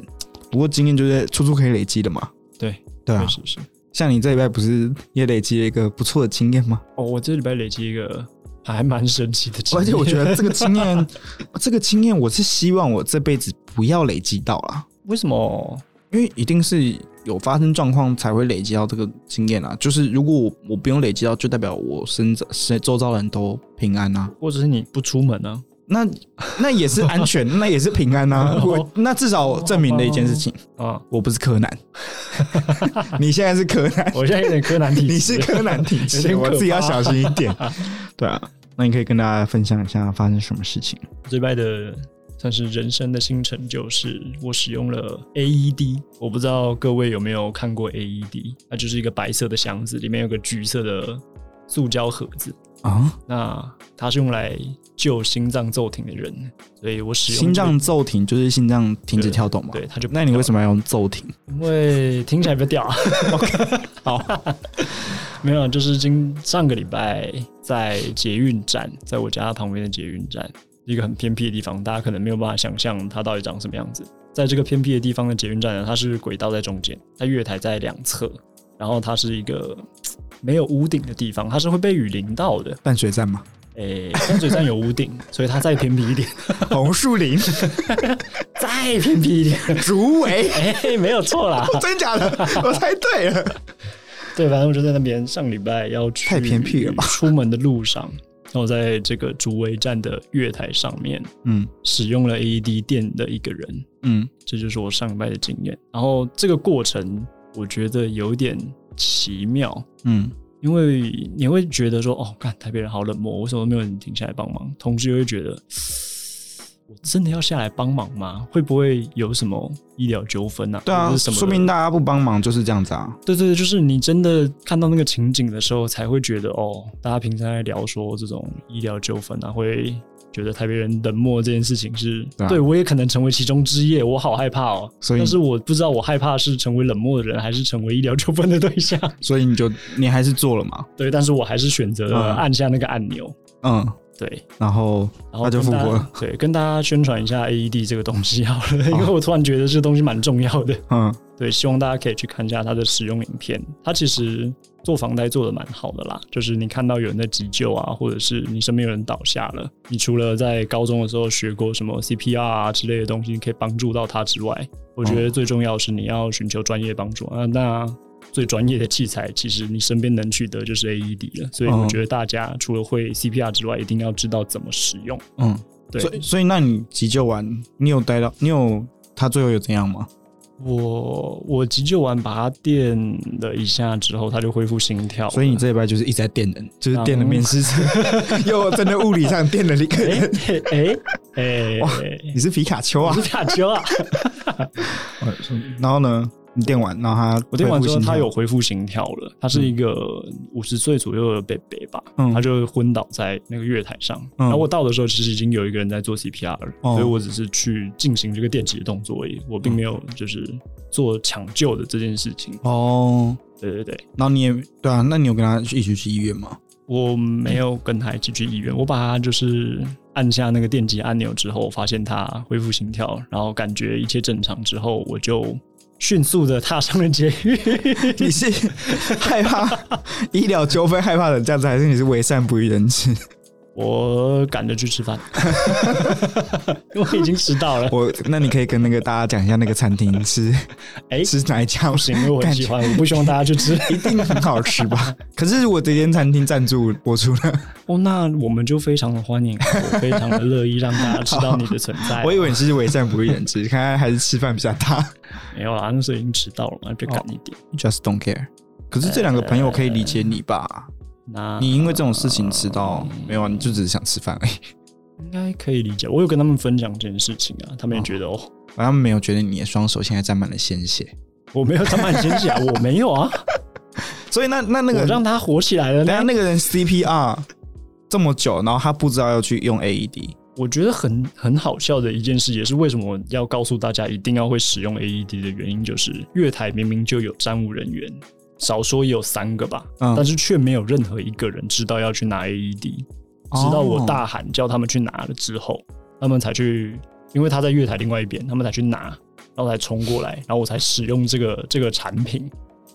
[SPEAKER 1] 不过经验就是处处可以累积的嘛。
[SPEAKER 2] 对，
[SPEAKER 1] 对啊
[SPEAKER 2] 确，实是。
[SPEAKER 1] 像你这礼拜不是也累积了一个不错的经验吗？
[SPEAKER 2] 哦，我这礼拜累积一个还蛮神奇的经
[SPEAKER 1] 而
[SPEAKER 2] 验，
[SPEAKER 1] 且我觉得这个经验， 这个经验我是希望我这辈子不要累积到啦，
[SPEAKER 2] 为什么
[SPEAKER 1] 因为一定是有发生状况才会累积到这个经验啊。就是如果我我不用累积到，就代表我身身周遭的人都平安啊。
[SPEAKER 2] 或者是你不出门呢、
[SPEAKER 1] 那那也是安 全，那也是平安
[SPEAKER 2] 哦
[SPEAKER 1] 啊。我那至少证明了一件事情，
[SPEAKER 2] 啊？啊，
[SPEAKER 1] 我不是柯 南，你现在是柯南，
[SPEAKER 2] 我现在有点柯南体质，
[SPEAKER 1] 你是柯南体
[SPEAKER 2] 有
[SPEAKER 1] 质，
[SPEAKER 2] 点可
[SPEAKER 1] 我
[SPEAKER 2] 怕
[SPEAKER 1] 自己要小心一点。对啊，
[SPEAKER 4] 那你可以跟大家分享一下发生什么事情。
[SPEAKER 2] 这礼拜的算是人生的新成就是，我使用了 AED。我不知道各位有没有看过 AED，它就是一个白色的箱子，里面有个橘色的塑胶盒子。
[SPEAKER 1] 啊，
[SPEAKER 2] 那它是用来救心脏骤停的人，所以我使用
[SPEAKER 1] 心脏骤停就是心脏停止跳动嘛
[SPEAKER 2] 这。个对，它就
[SPEAKER 1] 那你为什么要用骤停？
[SPEAKER 2] 因为听起来比较屌。
[SPEAKER 1] 好，
[SPEAKER 2] 没有，就是今上个礼拜在捷运站，在我家旁边的捷运站，一个很偏僻的地方，大家可能没有办法想象它到底长什么样子。在这个偏僻的地方的捷运站呢，它是轨道在中间，它月台在两侧，然后它是一个嘖没有屋顶的地方，它是会被雨淋到的。
[SPEAKER 4] 淡水 站嘛，
[SPEAKER 2] 诶、淡水站有屋顶，所以它再偏僻一点，
[SPEAKER 4] 红树林、
[SPEAKER 2] 再偏僻一点，
[SPEAKER 4] 竹围，
[SPEAKER 2] 哎、没有错啦。
[SPEAKER 4] 真假 的？我猜对了。
[SPEAKER 2] 对，反正我就在那边。上礼拜要去，
[SPEAKER 4] 太偏僻了吧？
[SPEAKER 2] 出门的路上，然后在这个竹围站的月台上面
[SPEAKER 1] 嗯
[SPEAKER 2] 使用了 AED 电的一个人，
[SPEAKER 1] 嗯，
[SPEAKER 2] 这就是我上礼拜的经验。然后这个过程我觉得有一点奇妙，
[SPEAKER 1] 嗯，
[SPEAKER 2] 因为你会觉得说，哦，看台北人好冷漠，为什么都没有人停下来帮忙？同时又会觉得，我真的要下来帮忙吗？会不会有什么医疗纠纷啊？
[SPEAKER 1] 对啊
[SPEAKER 2] 或，者是什么的
[SPEAKER 1] 说明大家不帮忙就是这样子啊。
[SPEAKER 2] 对对对，就是你真的看到那个情景的时候，才会觉得哦，大家平常在聊说这种医疗纠纷啊，会觉得台北人冷漠这件事情是，
[SPEAKER 1] 对啊
[SPEAKER 2] 对我也可能成为其中之一，我好害怕哦。
[SPEAKER 1] 所以
[SPEAKER 2] 但是我不知道我害怕是成为冷漠的人，还是成为医疗纠纷的对象。
[SPEAKER 1] 所以你就你还是做了嘛，
[SPEAKER 2] 对，但是我还是选择了
[SPEAKER 1] 嗯
[SPEAKER 2] 按下那个按钮。
[SPEAKER 1] 嗯，
[SPEAKER 2] 对，
[SPEAKER 1] 然后
[SPEAKER 2] 然后
[SPEAKER 1] 那就
[SPEAKER 2] 跟大
[SPEAKER 1] 复活了。哦
[SPEAKER 2] 对，跟大家宣传一下 AED 这个东西好了，因为我突然觉得这个东西蛮重要的。
[SPEAKER 1] 嗯
[SPEAKER 2] 对，希望大家可以去看一下它的使用影片。它其实做防呆做的蛮好的啦，就是你看到有人在急救啊，或者是你身边有人倒下了，你除了在高中的时候学过什么 CPR 啊之类的东西可以帮助到他之外，我觉
[SPEAKER 1] 嗯
[SPEAKER 2] 得最重要的是你要寻求专业帮助啊。那最专业的器材，其实你身边能取得就是 AED 了，所以我
[SPEAKER 1] 嗯
[SPEAKER 2] 觉得大家除了会 CPR 之外，一定要知道怎么使用。
[SPEAKER 1] 嗯，
[SPEAKER 2] 对，
[SPEAKER 1] 所以所以那你急救完，你有待到你有他最后有怎样吗？
[SPEAKER 2] 我我急救完把它电了一下之后，它就恢复心跳了。
[SPEAKER 1] 所以你这一拜就是一直在电
[SPEAKER 2] 哦
[SPEAKER 1] 人，
[SPEAKER 4] 就是电了面试者， 又真的物理上电了一个人。
[SPEAKER 2] 啊嗯哎哎
[SPEAKER 4] 哇
[SPEAKER 2] 哎，
[SPEAKER 4] 你是皮卡丘
[SPEAKER 2] 我
[SPEAKER 4] 啊？
[SPEAKER 2] 是卡丘啊！
[SPEAKER 4] 然后呢，你电完，然后他
[SPEAKER 2] 我听完之
[SPEAKER 4] 恢
[SPEAKER 2] 后，
[SPEAKER 4] 复心跳
[SPEAKER 2] 他有恢复心跳了。他是一个五十岁左右的北北吧，
[SPEAKER 1] 嗯
[SPEAKER 2] 他就昏倒在那个月台上。
[SPEAKER 1] 嗯
[SPEAKER 2] 然后我到的时候，其实已经有一个人在做 CPR 了，
[SPEAKER 1] 哦
[SPEAKER 2] 所以我只是去进行这个电击的动作而已，我
[SPEAKER 4] 嗯
[SPEAKER 2] 并没有就是做抢救的这件事情。
[SPEAKER 1] 哦，
[SPEAKER 2] 对对对，
[SPEAKER 1] 然后你也对啊，那你有跟他一起去医院 吗？
[SPEAKER 2] 我没有跟他一起去医院，我把他就是按下那个电击按钮之后，发现他恢复心跳，然后感觉一切正常之后，我就迅速的踏上了监狱。
[SPEAKER 4] 你是害怕医疗纠纷，害怕人这样子，还是你是为善不欲人知？
[SPEAKER 2] 我赶着去吃饭，因为已经迟到了。
[SPEAKER 4] 我那你可以跟那个大家讲一下那个餐厅是
[SPEAKER 2] 哎、
[SPEAKER 4] 是哪一家吗？
[SPEAKER 2] 是因为我很
[SPEAKER 4] 感
[SPEAKER 2] 喜
[SPEAKER 4] 觉
[SPEAKER 2] 欢，我不希望大家去吃。
[SPEAKER 4] 一定很好吃吧？可是如果这间餐厅赞助播出了，
[SPEAKER 2] 哦，那我们就非常的欢迎，我非常的乐意让大家知道你的存 在。
[SPEAKER 4] 我以为你是为善不欲人知，
[SPEAKER 2] 哎
[SPEAKER 4] 看来还是吃饭比较 大。
[SPEAKER 2] 没有啦，那时候已经迟到了嘛，就赶一点。
[SPEAKER 1] Just don't care。可是这两个朋友可以理解你
[SPEAKER 2] 哎
[SPEAKER 1] 吧？
[SPEAKER 2] 那
[SPEAKER 1] 你因为这种事情迟到
[SPEAKER 2] 嗯
[SPEAKER 1] 没有啊？你就只是想吃饭而已，
[SPEAKER 2] 应该可以理解。我有跟他们分享这件事情啊，他们也觉得哦，
[SPEAKER 1] 反正他们没有觉得你的双手现在沾满了鲜血。
[SPEAKER 2] 我没有他们很生气啊，我没有啊，
[SPEAKER 4] 所以那那 那个
[SPEAKER 2] 我让他火起来了
[SPEAKER 4] 等下
[SPEAKER 2] 呢。
[SPEAKER 4] 那个人 CPR 这么久，然后他不知道要去用
[SPEAKER 1] E
[SPEAKER 4] AED，
[SPEAKER 2] 我觉得很很好笑的一件事，也是为什么要告诉大家一定要会使用 AED 的原因，就是月台明明就有站务人员，少说也有三个吧，
[SPEAKER 1] 嗯
[SPEAKER 2] 但是却没有任何一个人知道要去拿 AED，直
[SPEAKER 4] 哦
[SPEAKER 2] 到我大喊叫他们去拿了之后，他们才去，因为他在月台另外一边，他们才去拿，然后才冲过来，然后我才使用这个这个产品。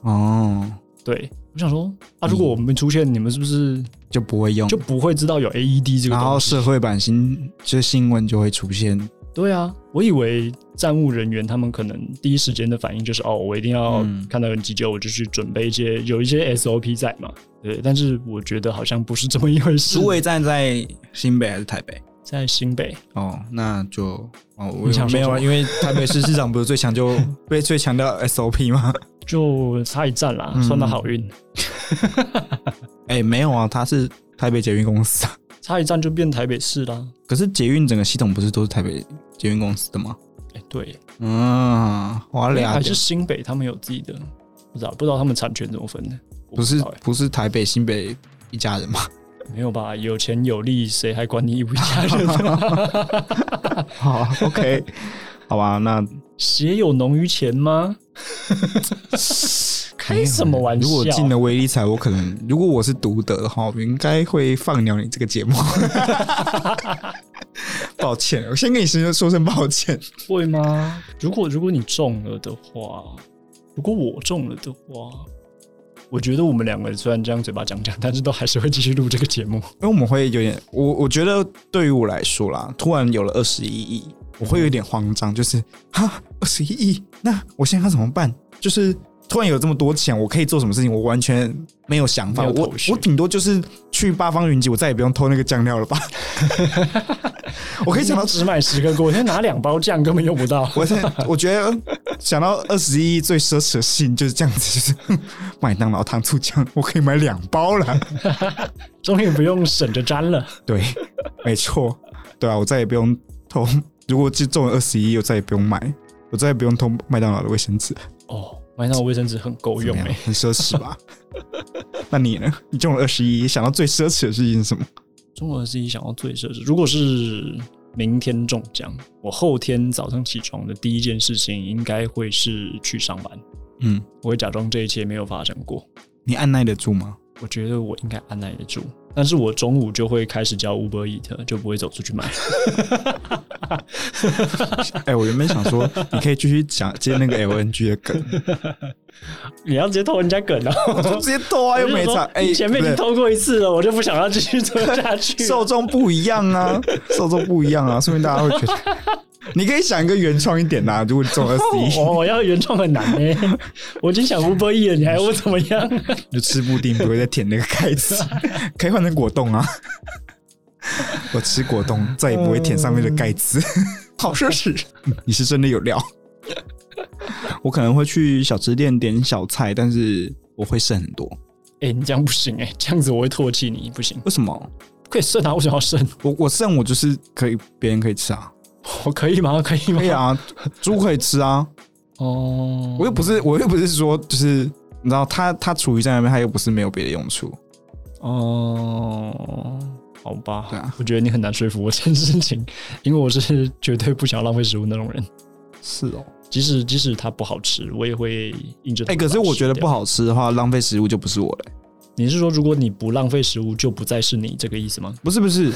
[SPEAKER 1] 哦，
[SPEAKER 2] 对，我想说啊，
[SPEAKER 4] 嗯
[SPEAKER 2] 如果我们出现，你们是不是
[SPEAKER 1] 就不会用
[SPEAKER 2] 就，不会知道有 AED 这个
[SPEAKER 1] 然后
[SPEAKER 2] 东西？
[SPEAKER 1] 社会版新就是新闻就会出现。
[SPEAKER 2] 对啊，我以为站务人员他们可能第一时间的反应就是哦，我一定要
[SPEAKER 1] 嗯
[SPEAKER 2] 看到有人急救，我就去准备一些有一些 SOP 在嘛。对，但是我觉得好像不是这么一回
[SPEAKER 1] 是。
[SPEAKER 2] 事
[SPEAKER 1] 位站在新北还是台北？
[SPEAKER 2] 在新北，
[SPEAKER 1] 哦，那就哦，我
[SPEAKER 2] 你想说
[SPEAKER 1] 没有啊，
[SPEAKER 2] 什么
[SPEAKER 1] 因为台北市市长不是最强 就
[SPEAKER 4] 被最强调 SOP 吗？
[SPEAKER 2] 就差一站啦，
[SPEAKER 4] 嗯
[SPEAKER 2] 算他好运。
[SPEAKER 1] 哎、没有啊，他是
[SPEAKER 4] 台北捷运公司啊，
[SPEAKER 2] 差一站就变台北市啦。
[SPEAKER 6] 可是捷运整个系统不是都是台北捷运公司的吗？
[SPEAKER 2] 哎、对，
[SPEAKER 6] 嗯，花俩
[SPEAKER 2] 还是新北他们有自己的，不知道不知道他们产权怎么分的，我
[SPEAKER 6] 不是
[SPEAKER 2] 知道哎
[SPEAKER 6] 不是台北新北一家人吗？
[SPEAKER 2] 没有吧？有钱有力，谁还管你一不一家人？
[SPEAKER 6] 好，OK，好 吧，那
[SPEAKER 2] 血有浓于钱 吗？
[SPEAKER 1] 哎
[SPEAKER 2] 开哎什么玩笑？啊
[SPEAKER 6] 如果进了威力彩，我可能如果我是
[SPEAKER 1] 读的话，我应该会放鸟你这个节 目。抱歉，我先跟你说说声抱歉。
[SPEAKER 2] 会吗？如果如果你中了的话，如果我中了的话，我觉得我们两个虽然这样嘴巴讲讲，但是都还是会继续录这个节 目。
[SPEAKER 6] 因为我们会有点，我我觉得对于我来说啦，突然有了二十一亿，
[SPEAKER 1] 我会有点慌张，就是哈二十一亿，那我现在要怎么办？就是突然有这么多钱，我可以做什么事情？我完全没有想法，
[SPEAKER 2] 没有
[SPEAKER 1] 我
[SPEAKER 2] 头绪
[SPEAKER 1] 我顶多就是去八方云集，我再也不用偷那个酱料了吧？ 我可以想到，
[SPEAKER 2] 只买十个锅，我现在拿两包酱根本用不 到。
[SPEAKER 1] 我在 我觉得想到二十一亿最奢侈的事情就是这样子，就是哼麦当劳糖醋酱，我可以买两包了。
[SPEAKER 2] 终于不用省着沾了。
[SPEAKER 1] 对，没错，对啊，我再也不用偷。如果就中了二十一，我再也不用买，我再也不用偷麦当劳的卫生纸。
[SPEAKER 2] 哦，麦当劳卫生纸很够
[SPEAKER 1] 怎
[SPEAKER 2] 用
[SPEAKER 1] 么
[SPEAKER 2] 哎、
[SPEAKER 1] 样很奢侈 吧？那你呢？你中了二十一，想到最奢侈的事情是什么？
[SPEAKER 2] 中国自己想要最奢侈。如果是明天中奖，我后天早上起床的第一件事情应该会是去上班。
[SPEAKER 6] 嗯，
[SPEAKER 2] 我会假装这一切没有发生过。
[SPEAKER 6] 你按耐得住吗？
[SPEAKER 2] 我觉得我应该按耐得住，但是我中午就会开始叫 Uber Eat，就不会走出去买。
[SPEAKER 1] 哎、我原本想说，你可以继续讲接那个 LNG 的 梗，
[SPEAKER 2] 你要直接偷人家梗啊！
[SPEAKER 1] 就直接偷啊，又没
[SPEAKER 2] 我就
[SPEAKER 1] 差
[SPEAKER 2] 说。
[SPEAKER 1] 哎、
[SPEAKER 2] 你前面已经
[SPEAKER 1] 对
[SPEAKER 2] 偷过一次了，我就不想要继续做下去哦 了。
[SPEAKER 1] 受众不一样 啊，受众不一样啊，说明大家会觉得，你可以想一个原创一点啊。如果你中二十
[SPEAKER 6] 哦
[SPEAKER 1] 一，
[SPEAKER 2] 我我要原创很难呢、我已经想 Uber Eat 了，你还要我怎么样？
[SPEAKER 1] 你就吃布丁不会再舔那个盖 子，可以换成果冻啊。我吃果冻再也不会舔上面的盖子，
[SPEAKER 6] 嗯
[SPEAKER 1] 好奢侈。 你是真的有料。
[SPEAKER 6] 我可能会去小吃店点小菜，但是我会剩很多。
[SPEAKER 2] 哎、你这样不行哎、这样子我会唾弃你，不行。
[SPEAKER 6] 为什么？
[SPEAKER 2] 可以剩啊，为什么要剩？
[SPEAKER 6] 我我剩我就是可以，别人可以吃 啊，
[SPEAKER 2] 我可以吗？可以吗
[SPEAKER 6] 可？以啊，猪可以吃啊。
[SPEAKER 2] 哦，
[SPEAKER 6] 我又不是我又不是说就是你知道它它厨余在那边，它又不是没有别的用处。
[SPEAKER 2] 哦，好吧，
[SPEAKER 6] 对啊
[SPEAKER 2] 我觉得你很难说服我这件事情，因为我是绝对不想浪费食物那种人。
[SPEAKER 6] 是哦，
[SPEAKER 2] 即使即使它不好吃，我也会硬着头
[SPEAKER 6] 哎、
[SPEAKER 2] 皮把它吃掉。
[SPEAKER 6] 可是我觉得不好吃的话，浪费食物就不是我了、欸
[SPEAKER 2] 你是说如果你不浪费食物，就不再是你这个意思吗？
[SPEAKER 6] 不是不 是，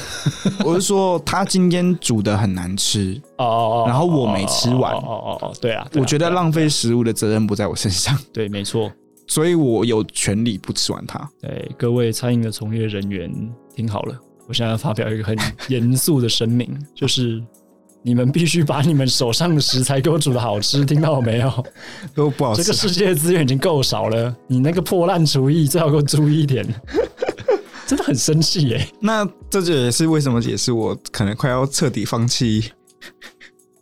[SPEAKER 6] 我是说他今天煮的很难吃，
[SPEAKER 2] 哦哦哦，
[SPEAKER 6] 然后我没吃完
[SPEAKER 2] 哦哦哦哦，对啊，对啊
[SPEAKER 6] 我觉得
[SPEAKER 2] 对啊
[SPEAKER 6] 浪费食物的责任不在我身 上，
[SPEAKER 2] 对，没错。
[SPEAKER 6] 所以我有权利不吃完 它。
[SPEAKER 2] 对各位餐饮的从业人员，听好了，我现在要发表一个很严肃的声明，就是你们必须把你们手上的食材给我煮的好吃，听到没有？
[SPEAKER 1] 如
[SPEAKER 6] 哦
[SPEAKER 1] 果不好吃，
[SPEAKER 2] 这个世界的资源已经够少了，你那个破烂厨艺最好给我注意一 点。真的很生气耶、
[SPEAKER 1] 那这就也是为什么也是我可能快要彻底放 弃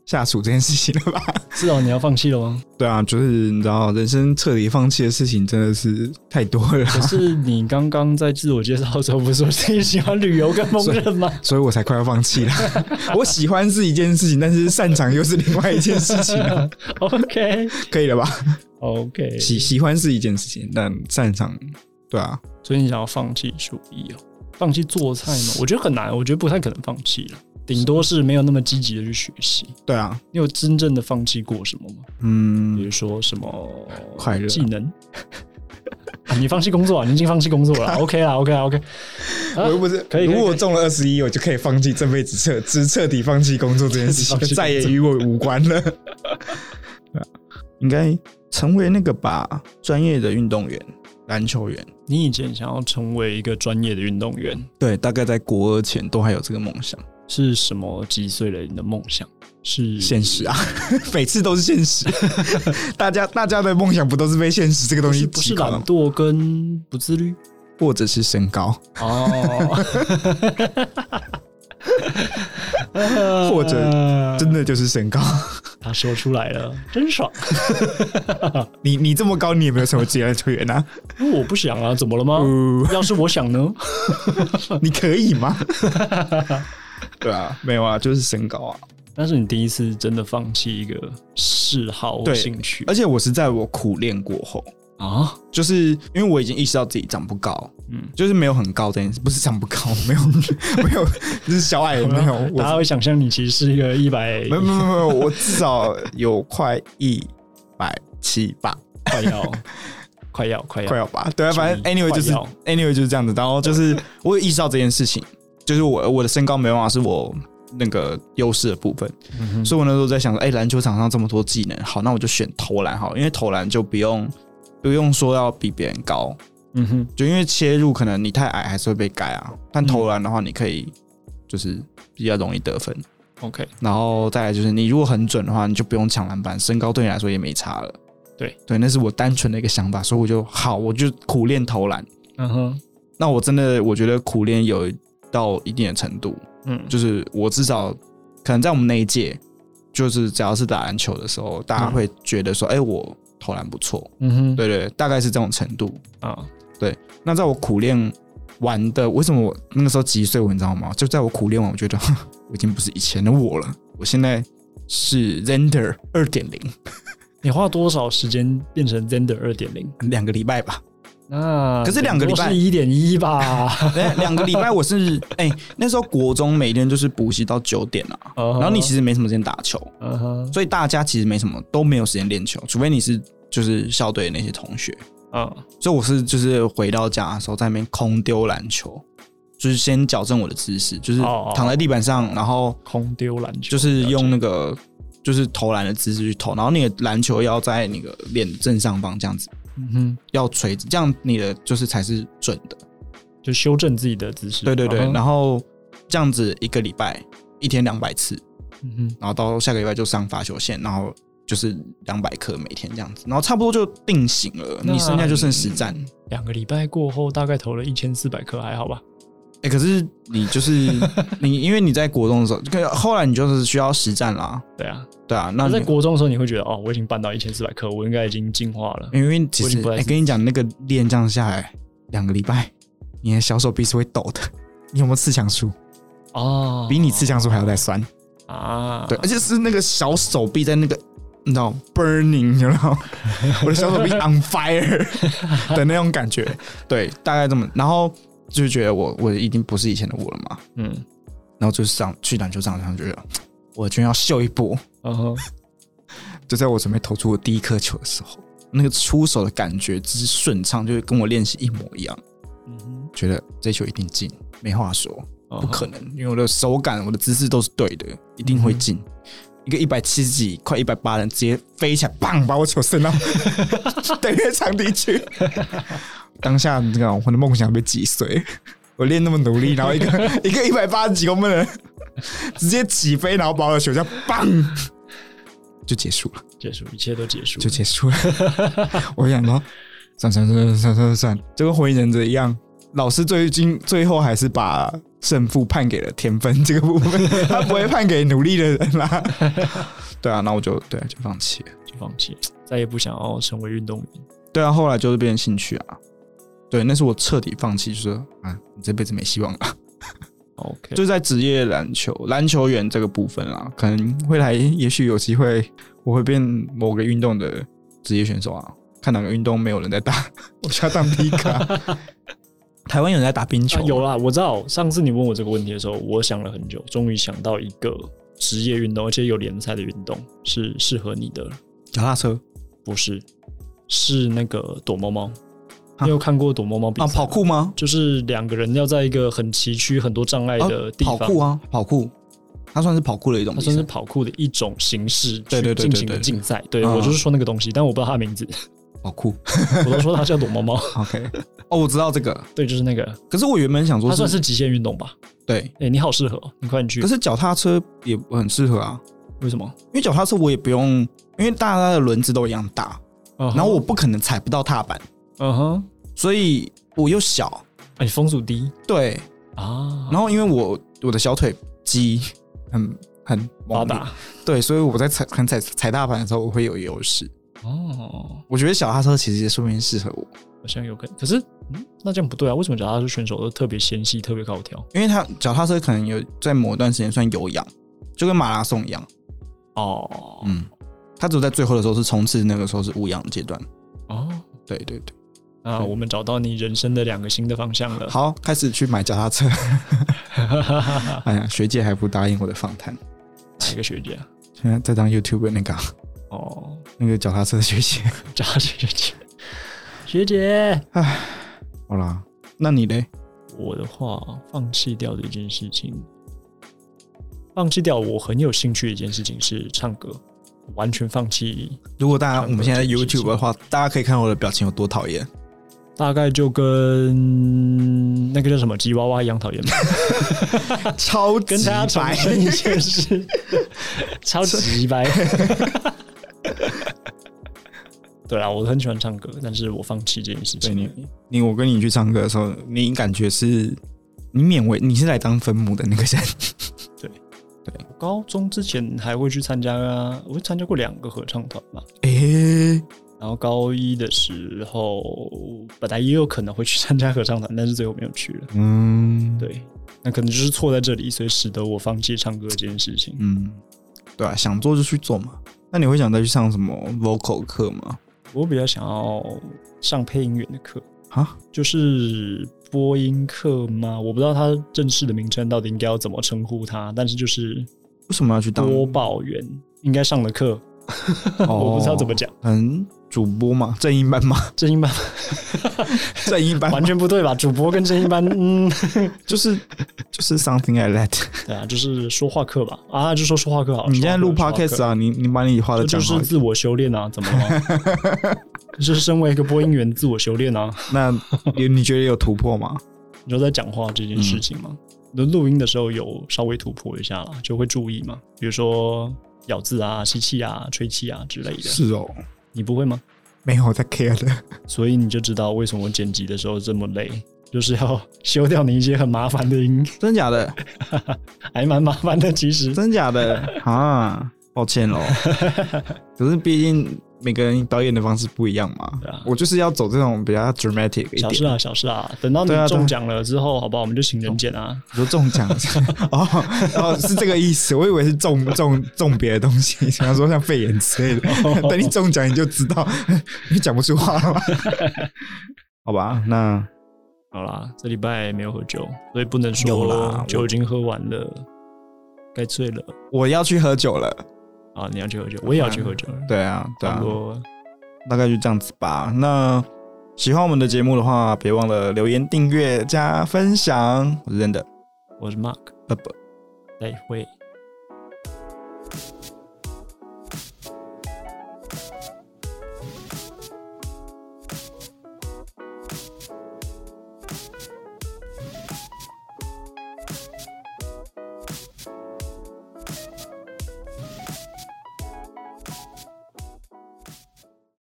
[SPEAKER 1] 下厨这件事情了吧？
[SPEAKER 2] 是哦，你要放弃了吗？
[SPEAKER 1] 对啊，就是你知道，人生彻底放弃的事情真的是太多了，
[SPEAKER 2] 可是你刚刚在自我介绍的时候不是说自己喜欢旅游跟烹饪 吗？
[SPEAKER 1] 所以我才快要放弃了。 我喜欢是一件事情，但是擅长又是另外一件事情啊、
[SPEAKER 2] OK
[SPEAKER 1] 可以了吧？
[SPEAKER 2] OK，
[SPEAKER 1] 喜喜欢是一件事情，但擅长，对啊，
[SPEAKER 2] 所以你想要放弃厨艺哦？放弃做菜吗？我觉得很难，我觉得不太可能放弃了，顶多是没有那么积极的去学习。
[SPEAKER 1] 对啊，
[SPEAKER 2] 你有真正的放弃过什么吗？比
[SPEAKER 1] 嗯，
[SPEAKER 2] 如说什么
[SPEAKER 1] 快乐
[SPEAKER 2] 技能？ 啊你放弃工作啊？你已经放弃工作 了啊？OK 啦，OK 啦，OK。啊
[SPEAKER 1] 我又不是，
[SPEAKER 2] 可以可以
[SPEAKER 1] 如果我
[SPEAKER 2] 可以
[SPEAKER 1] 中了二十一，我就可以放弃这辈子彻，只彻底放弃工作这件事 情，
[SPEAKER 2] 放
[SPEAKER 1] 就
[SPEAKER 2] 弃工作
[SPEAKER 1] 再也与我无关 了。啊
[SPEAKER 6] 应该成为那个吧，专业的运动员，篮球员。
[SPEAKER 2] 你以前想要成为一个专业的运动员，
[SPEAKER 6] 对，大概在国二前都还有这个梦想，
[SPEAKER 2] 是什么击碎了你的梦想？是
[SPEAKER 6] 现实啊，
[SPEAKER 1] 每次都是现实， 大家大家的梦想不都是被现实这个东
[SPEAKER 2] 不
[SPEAKER 1] 西
[SPEAKER 2] 是不
[SPEAKER 1] 击
[SPEAKER 2] 是
[SPEAKER 1] 垮
[SPEAKER 2] 懒
[SPEAKER 1] 吗？
[SPEAKER 2] 惰跟不自律？
[SPEAKER 6] 或者是身高，
[SPEAKER 2] 哦，
[SPEAKER 1] 或者真的就是身高，
[SPEAKER 2] 呃 他说出来了，真爽。
[SPEAKER 4] 你你这么高，你有没有成为职业篮球员 啊？
[SPEAKER 2] 我不想啊，怎么了吗？要是我想呢？
[SPEAKER 4] 你可以吗？对啊，没有啊，就是身高啊。
[SPEAKER 2] 但是你第一次真的放弃一个嗜好或
[SPEAKER 4] 对
[SPEAKER 2] 兴趣
[SPEAKER 1] 而且我是在我苦练过后，
[SPEAKER 2] 啊？
[SPEAKER 1] 就是因为我已经意识到自己长不高，
[SPEAKER 2] 嗯
[SPEAKER 1] 嗯，就是没有很高这件事，不
[SPEAKER 4] 不
[SPEAKER 1] 是
[SPEAKER 4] 是长不高， 没有没有，就是小 矮人没有，我
[SPEAKER 2] 大家会想象你其实是一个一百
[SPEAKER 4] 没有没有没有，我至少有快一百七吧，
[SPEAKER 2] 快要快要快
[SPEAKER 4] 快
[SPEAKER 2] 要
[SPEAKER 4] 要吧。对啊，反正
[SPEAKER 2] 注意
[SPEAKER 4] anyway 就是
[SPEAKER 2] 快要嗯
[SPEAKER 4] anyway 就是这样子。然后就是我有意识到这件事情，就是我我的身高没办法是我那个优势的部分，
[SPEAKER 2] 嗯
[SPEAKER 4] 所以我那时候在想说，哎、篮球场上这么多技能，好，那我就选投篮好了，因为投篮就不用不用说要比别人高，
[SPEAKER 2] 嗯哼，
[SPEAKER 4] 就因为切入可能你太矮还是会被盖啊，
[SPEAKER 2] 嗯
[SPEAKER 4] 但投篮的话你可以就是比较容易得分。
[SPEAKER 2] OK，
[SPEAKER 4] 然后再来就是，你如果很准的话，你就不用抢篮板，身高对你来说也没差了。
[SPEAKER 2] 对
[SPEAKER 4] 对，那是我单纯的一个想法，所以我就好，我就苦练投篮。
[SPEAKER 2] 嗯哼，
[SPEAKER 4] 那我真的我觉得苦练有到一定的程度，
[SPEAKER 2] 嗯，
[SPEAKER 4] 就是我至少可能在我们那一届，就是只要是打篮球的时候，大家会觉得说，哎、我投篮不错，
[SPEAKER 2] 嗯哼，
[SPEAKER 4] 对对，大概是这种程度。
[SPEAKER 2] 啊，
[SPEAKER 4] 那在我苦练完的，为什么我那个时候几岁，我你知道吗？就在我苦练完，我觉 得我已经不是以前的我了，我现在是 Render 二点零，
[SPEAKER 2] 你花多少时间变成 Zender 二点零？
[SPEAKER 4] 两个礼拜 吧。
[SPEAKER 2] 那
[SPEAKER 1] 可是两个礼拜
[SPEAKER 2] 是一点一 吧？
[SPEAKER 1] 哎两个礼拜我是 哎、那时候国中每天就是补习到九点啊，
[SPEAKER 2] 然
[SPEAKER 1] 然后你其实没什么时间打球，
[SPEAKER 2] 呃嗯哼，
[SPEAKER 1] 所以大家其实没什么都没有时间练球，除非你是就是校队的那些同学。
[SPEAKER 2] 啊，
[SPEAKER 1] 所以我是就是回到家的时候在那边空丢篮球，就是先矫正我的姿势，就是
[SPEAKER 2] 哦
[SPEAKER 1] 躺在地板上，然后
[SPEAKER 2] 空丢篮球
[SPEAKER 1] 就是用
[SPEAKER 2] 了
[SPEAKER 1] 那个就是投篮的姿势去投，然后你的篮球要在那个脸正上方这样子，
[SPEAKER 2] 解嗯哼，
[SPEAKER 1] 要垂直，这样你的就是才是准的。
[SPEAKER 2] 就修正自己的姿势。
[SPEAKER 1] 对对对，
[SPEAKER 2] 嗯哼
[SPEAKER 1] 然后这样子一个礼拜一天两百次，
[SPEAKER 2] 嗯哼，
[SPEAKER 1] 然后到下个礼拜就上罚球线，然后就是两百克每天这样子，然后差不多就定型了，
[SPEAKER 2] 那
[SPEAKER 1] 你剩下就剩实战。
[SPEAKER 2] 两个礼拜过后大概投了一千四百颗，还好吧？
[SPEAKER 1] 哎、可是你就是 你，因为你在国中的时候，可后来你就是需要实战啦，
[SPEAKER 2] 对啊，
[SPEAKER 1] 对啊，那
[SPEAKER 2] 那在
[SPEAKER 1] 你
[SPEAKER 2] 国中的时候你会觉得哦，我已经办到一千四百颗，我应该已经进化了。
[SPEAKER 1] 因为其
[SPEAKER 2] 我已经
[SPEAKER 1] 实
[SPEAKER 2] 不太
[SPEAKER 1] 哎、
[SPEAKER 2] 是
[SPEAKER 1] 跟你讲，那个练这样下来两个礼拜，你的小手臂是会抖的。你有没有刺枪术？
[SPEAKER 2] 哦，
[SPEAKER 4] 比你吃香酥还要再酸。
[SPEAKER 1] 哦
[SPEAKER 2] 啊，
[SPEAKER 4] 对，而且是那个小手臂在那个，你知道 burning，你知 道我的小手臂 on fire 的那种感觉。对，
[SPEAKER 1] 大概这么，然后就觉得我我已经不是以前的我了嘛，
[SPEAKER 2] 嗯，
[SPEAKER 1] 然后就上去篮球场上觉得我居然要秀一波，
[SPEAKER 2] 然后
[SPEAKER 4] 就在我准备投出我第一颗球的时候，
[SPEAKER 1] 那个出手的感觉之顺畅，就是跟我练习一模一样，
[SPEAKER 2] 嗯哼，
[SPEAKER 1] 觉得这球一定进，没话说。
[SPEAKER 2] 不
[SPEAKER 1] 不可能，因为我的手感、我的姿势都是对的，一定会进。一个一百七十几、快一百八的人直接飞起来，
[SPEAKER 4] 棒，把我球伸到对面场地去。当下你知道我的梦想被击碎，我练那么努力，然后一个一个一百八十几公分的人直接起飞，然后把我的球这样棒就结束了，
[SPEAKER 2] 结束，一切都结束了，
[SPEAKER 4] 就结束了。我想到，算算算算算算算，就跟火影忍者一样，老师最近最后还是把胜负判给了天分这个部分，他不会判给努力的人啦。对啊，那我就对、啊、就放弃了。
[SPEAKER 2] 就放弃，再也不想要成为运动员。
[SPEAKER 1] 对啊，后来就是变成兴趣啊。对，那是我彻底放弃，就是啊，你这辈子没希望了。
[SPEAKER 2] OK，
[SPEAKER 1] 就在职业篮球篮球员这个部分啊，可能未来也许有机会，我会变某个运动的职业选手啊。看哪个运动没有人在打，
[SPEAKER 4] 我需要当皮卡。
[SPEAKER 1] 台湾有人在打冰球、
[SPEAKER 2] 啊有啦，我知道上次你问我这个问题的时候，我想了很久，终于想到一个职业运动，而且有联赛的运动是适合你的，
[SPEAKER 1] 脚踏车
[SPEAKER 2] 不是是那个躲猫猫。你有看过躲猫猫比
[SPEAKER 1] 啊，
[SPEAKER 2] 赛？
[SPEAKER 1] 跑酷吗？
[SPEAKER 2] 就是两个人要在一个很崎岖、很多障碍的地
[SPEAKER 1] 跑
[SPEAKER 2] 方，
[SPEAKER 1] 酷啊，跑酷，它算是跑酷的一种
[SPEAKER 2] 它
[SPEAKER 1] 比
[SPEAKER 2] 算是
[SPEAKER 1] 赛。
[SPEAKER 2] 跑酷的一种形式
[SPEAKER 1] 对对
[SPEAKER 2] 去
[SPEAKER 1] 对
[SPEAKER 2] 进行
[SPEAKER 1] 对
[SPEAKER 2] 的
[SPEAKER 1] 对
[SPEAKER 2] 竞赛。对
[SPEAKER 1] 嗯
[SPEAKER 2] 我就是说那个东西，但我不知道它的名字，
[SPEAKER 1] 跑酷
[SPEAKER 2] 我都说它叫躲猫猫。
[SPEAKER 1] ，OK。哦，我知道这个，
[SPEAKER 2] 对，就 是那个，
[SPEAKER 1] 可是我原本想说
[SPEAKER 2] 它算
[SPEAKER 1] 是
[SPEAKER 2] 是极限运动吧？
[SPEAKER 1] 对，
[SPEAKER 2] 哎、你好适合哦，你快点去
[SPEAKER 1] 可。是脚踏车也很适合啊，
[SPEAKER 2] 为什么？
[SPEAKER 1] 因为脚踏车我也不用，因为大家的轮子都一样大，
[SPEAKER 2] 然
[SPEAKER 1] 然后我，不可能踩不到踏板，
[SPEAKER 2] 嗯哼，
[SPEAKER 1] 所以我又小，
[SPEAKER 2] 啊你风速低
[SPEAKER 1] 对，
[SPEAKER 2] 啊，
[SPEAKER 1] 然后因为我我的小腿肌很很猛
[SPEAKER 2] 发
[SPEAKER 1] 烈
[SPEAKER 2] 达
[SPEAKER 1] 对，所以我在踩很踩踩踏板的时候，我会有优势。
[SPEAKER 2] 哦，
[SPEAKER 1] 我觉得小踏车其实也说明适合我，
[SPEAKER 2] 好像有可能。可是，嗯，那这样不对啊？为什么脚踏车选手都特别纤细、特别高挑？
[SPEAKER 1] 因为它脚踏车可能有在某段时间算有氧，就跟马拉松一样。
[SPEAKER 2] 哦，
[SPEAKER 1] 嗯，它只有在最后的时候是冲刺，那个时候是无氧的阶段。
[SPEAKER 2] 哦，
[SPEAKER 1] 对对对，
[SPEAKER 2] 那我们找到你人生的两个新的方向 了。
[SPEAKER 1] 好，开始去买脚踏 车。哎呀，学姐还不答应我的访谈，
[SPEAKER 2] 哪一个学姐啊？
[SPEAKER 1] 现在在当 YouTube 那个啊
[SPEAKER 2] 哦，
[SPEAKER 1] 那个脚踏车的学姐。
[SPEAKER 2] 脚踏车学姐，学姐。
[SPEAKER 1] 好啦，那你嘞？
[SPEAKER 2] 我的话，放弃掉的一件事情，放弃掉我很有兴趣的一件事情是唱歌，完全放弃，
[SPEAKER 1] 如果大家
[SPEAKER 2] 唱歌
[SPEAKER 1] 我们现在在
[SPEAKER 2] 这件事情
[SPEAKER 1] YouTube 的话，大家可以看我的表情有多讨 厌。
[SPEAKER 2] 大概就跟那个叫什么吉娃娃一样讨厌吧，
[SPEAKER 1] 超级
[SPEAKER 2] 跟大家重
[SPEAKER 1] 白，
[SPEAKER 2] 申一件事， 超级白。 对啊，我很喜欢唱歌，但是我放弃这件事
[SPEAKER 1] 对
[SPEAKER 2] 情。
[SPEAKER 1] 你，你我跟你去唱歌的时候，你感觉是，你勉为你是来当分母的那个 人，
[SPEAKER 2] 我高中之前还会去参加，我参加过两个合唱团吧。
[SPEAKER 1] 诶、
[SPEAKER 2] 然后高一的时候，本来也有可能会去参加合唱团，但是最后没有去了。
[SPEAKER 1] 嗯，，
[SPEAKER 2] 对，那可能就是错在这里，所以使得我放弃唱歌这件事情。
[SPEAKER 1] 嗯，对啊，想做就去做嘛。那你会想再去上什么 vocal 课吗？
[SPEAKER 2] 我比较想要上配音员的课，
[SPEAKER 1] 啊，
[SPEAKER 2] 就是播音课吗？我不知道它正式的名称到底应该要怎么称呼它，但是就是
[SPEAKER 1] 为什么要去当？
[SPEAKER 2] 播报员应该上的课，我不知道怎么讲
[SPEAKER 1] 哦，嗯，主播嘛，正音班 嘛，
[SPEAKER 2] 正音班
[SPEAKER 1] 正音班嘛
[SPEAKER 2] 完全不对吧？主播跟正音班， 嗯，
[SPEAKER 1] 就是就是 something like that。
[SPEAKER 2] 对啊，就是说话课吧，啊，就说说话课好了。
[SPEAKER 1] 嗯你现在录
[SPEAKER 2] 说话课说话课
[SPEAKER 1] podcast 啊，你你把你话的
[SPEAKER 2] 这
[SPEAKER 1] 讲
[SPEAKER 2] 就
[SPEAKER 1] 好
[SPEAKER 2] 是
[SPEAKER 1] 一点。
[SPEAKER 2] 自我修炼啊，怎么了 吗？就是身为一个播音员，自我修炼啊。
[SPEAKER 1] 那你你觉得有突破吗？
[SPEAKER 2] 你说在讲话这件事情吗？
[SPEAKER 1] 嗯
[SPEAKER 2] 就录音的时候有稍微突破一下啦，就会注意嘛，比如说咬字啊、吸气啊、吹气啊之类的。
[SPEAKER 1] 哦，
[SPEAKER 2] 你不会吗？
[SPEAKER 1] 没有我在 care 的。
[SPEAKER 2] 所以你就知道为什么我剪辑的时候这么累，就是要修掉你一些很麻烦的音，
[SPEAKER 1] 真假的？
[SPEAKER 2] 还蛮麻烦的。其实
[SPEAKER 1] 真假 的啊？抱歉 喽。可是毕竟每个人表演的方式不一样嘛。
[SPEAKER 2] 对啊
[SPEAKER 1] 我就是要走这种比较 dramatic 一
[SPEAKER 2] 小事
[SPEAKER 1] 点。
[SPEAKER 2] 啊，小事啊，等到你
[SPEAKER 1] 对啊对啊
[SPEAKER 2] 中奖了之后，好不好？我们就请人剪啊。
[SPEAKER 1] 比如中奖 哦哦，是这个意思。我以为是 中中中别的东西，比方说像肺炎之类的。等你中奖你就知道， 你讲不出话了吧？ 好吧，那
[SPEAKER 2] 好啦，这礼拜没有喝酒，所以不能
[SPEAKER 1] 有
[SPEAKER 2] 说
[SPEAKER 1] 啦
[SPEAKER 2] 酒已经喝完了，该醉了
[SPEAKER 1] 我要去喝酒了。
[SPEAKER 2] 啊！你要去喝酒，我也要去喝酒了。
[SPEAKER 1] 对啊，对
[SPEAKER 2] 差
[SPEAKER 1] 啊
[SPEAKER 2] 不，多，
[SPEAKER 1] 大概就这样子吧。那喜欢我们的节目的话，别忘了留言、订阅、加分享。我是真的，
[SPEAKER 2] 我是 Mark，
[SPEAKER 1] 拜拜。
[SPEAKER 2] 再会。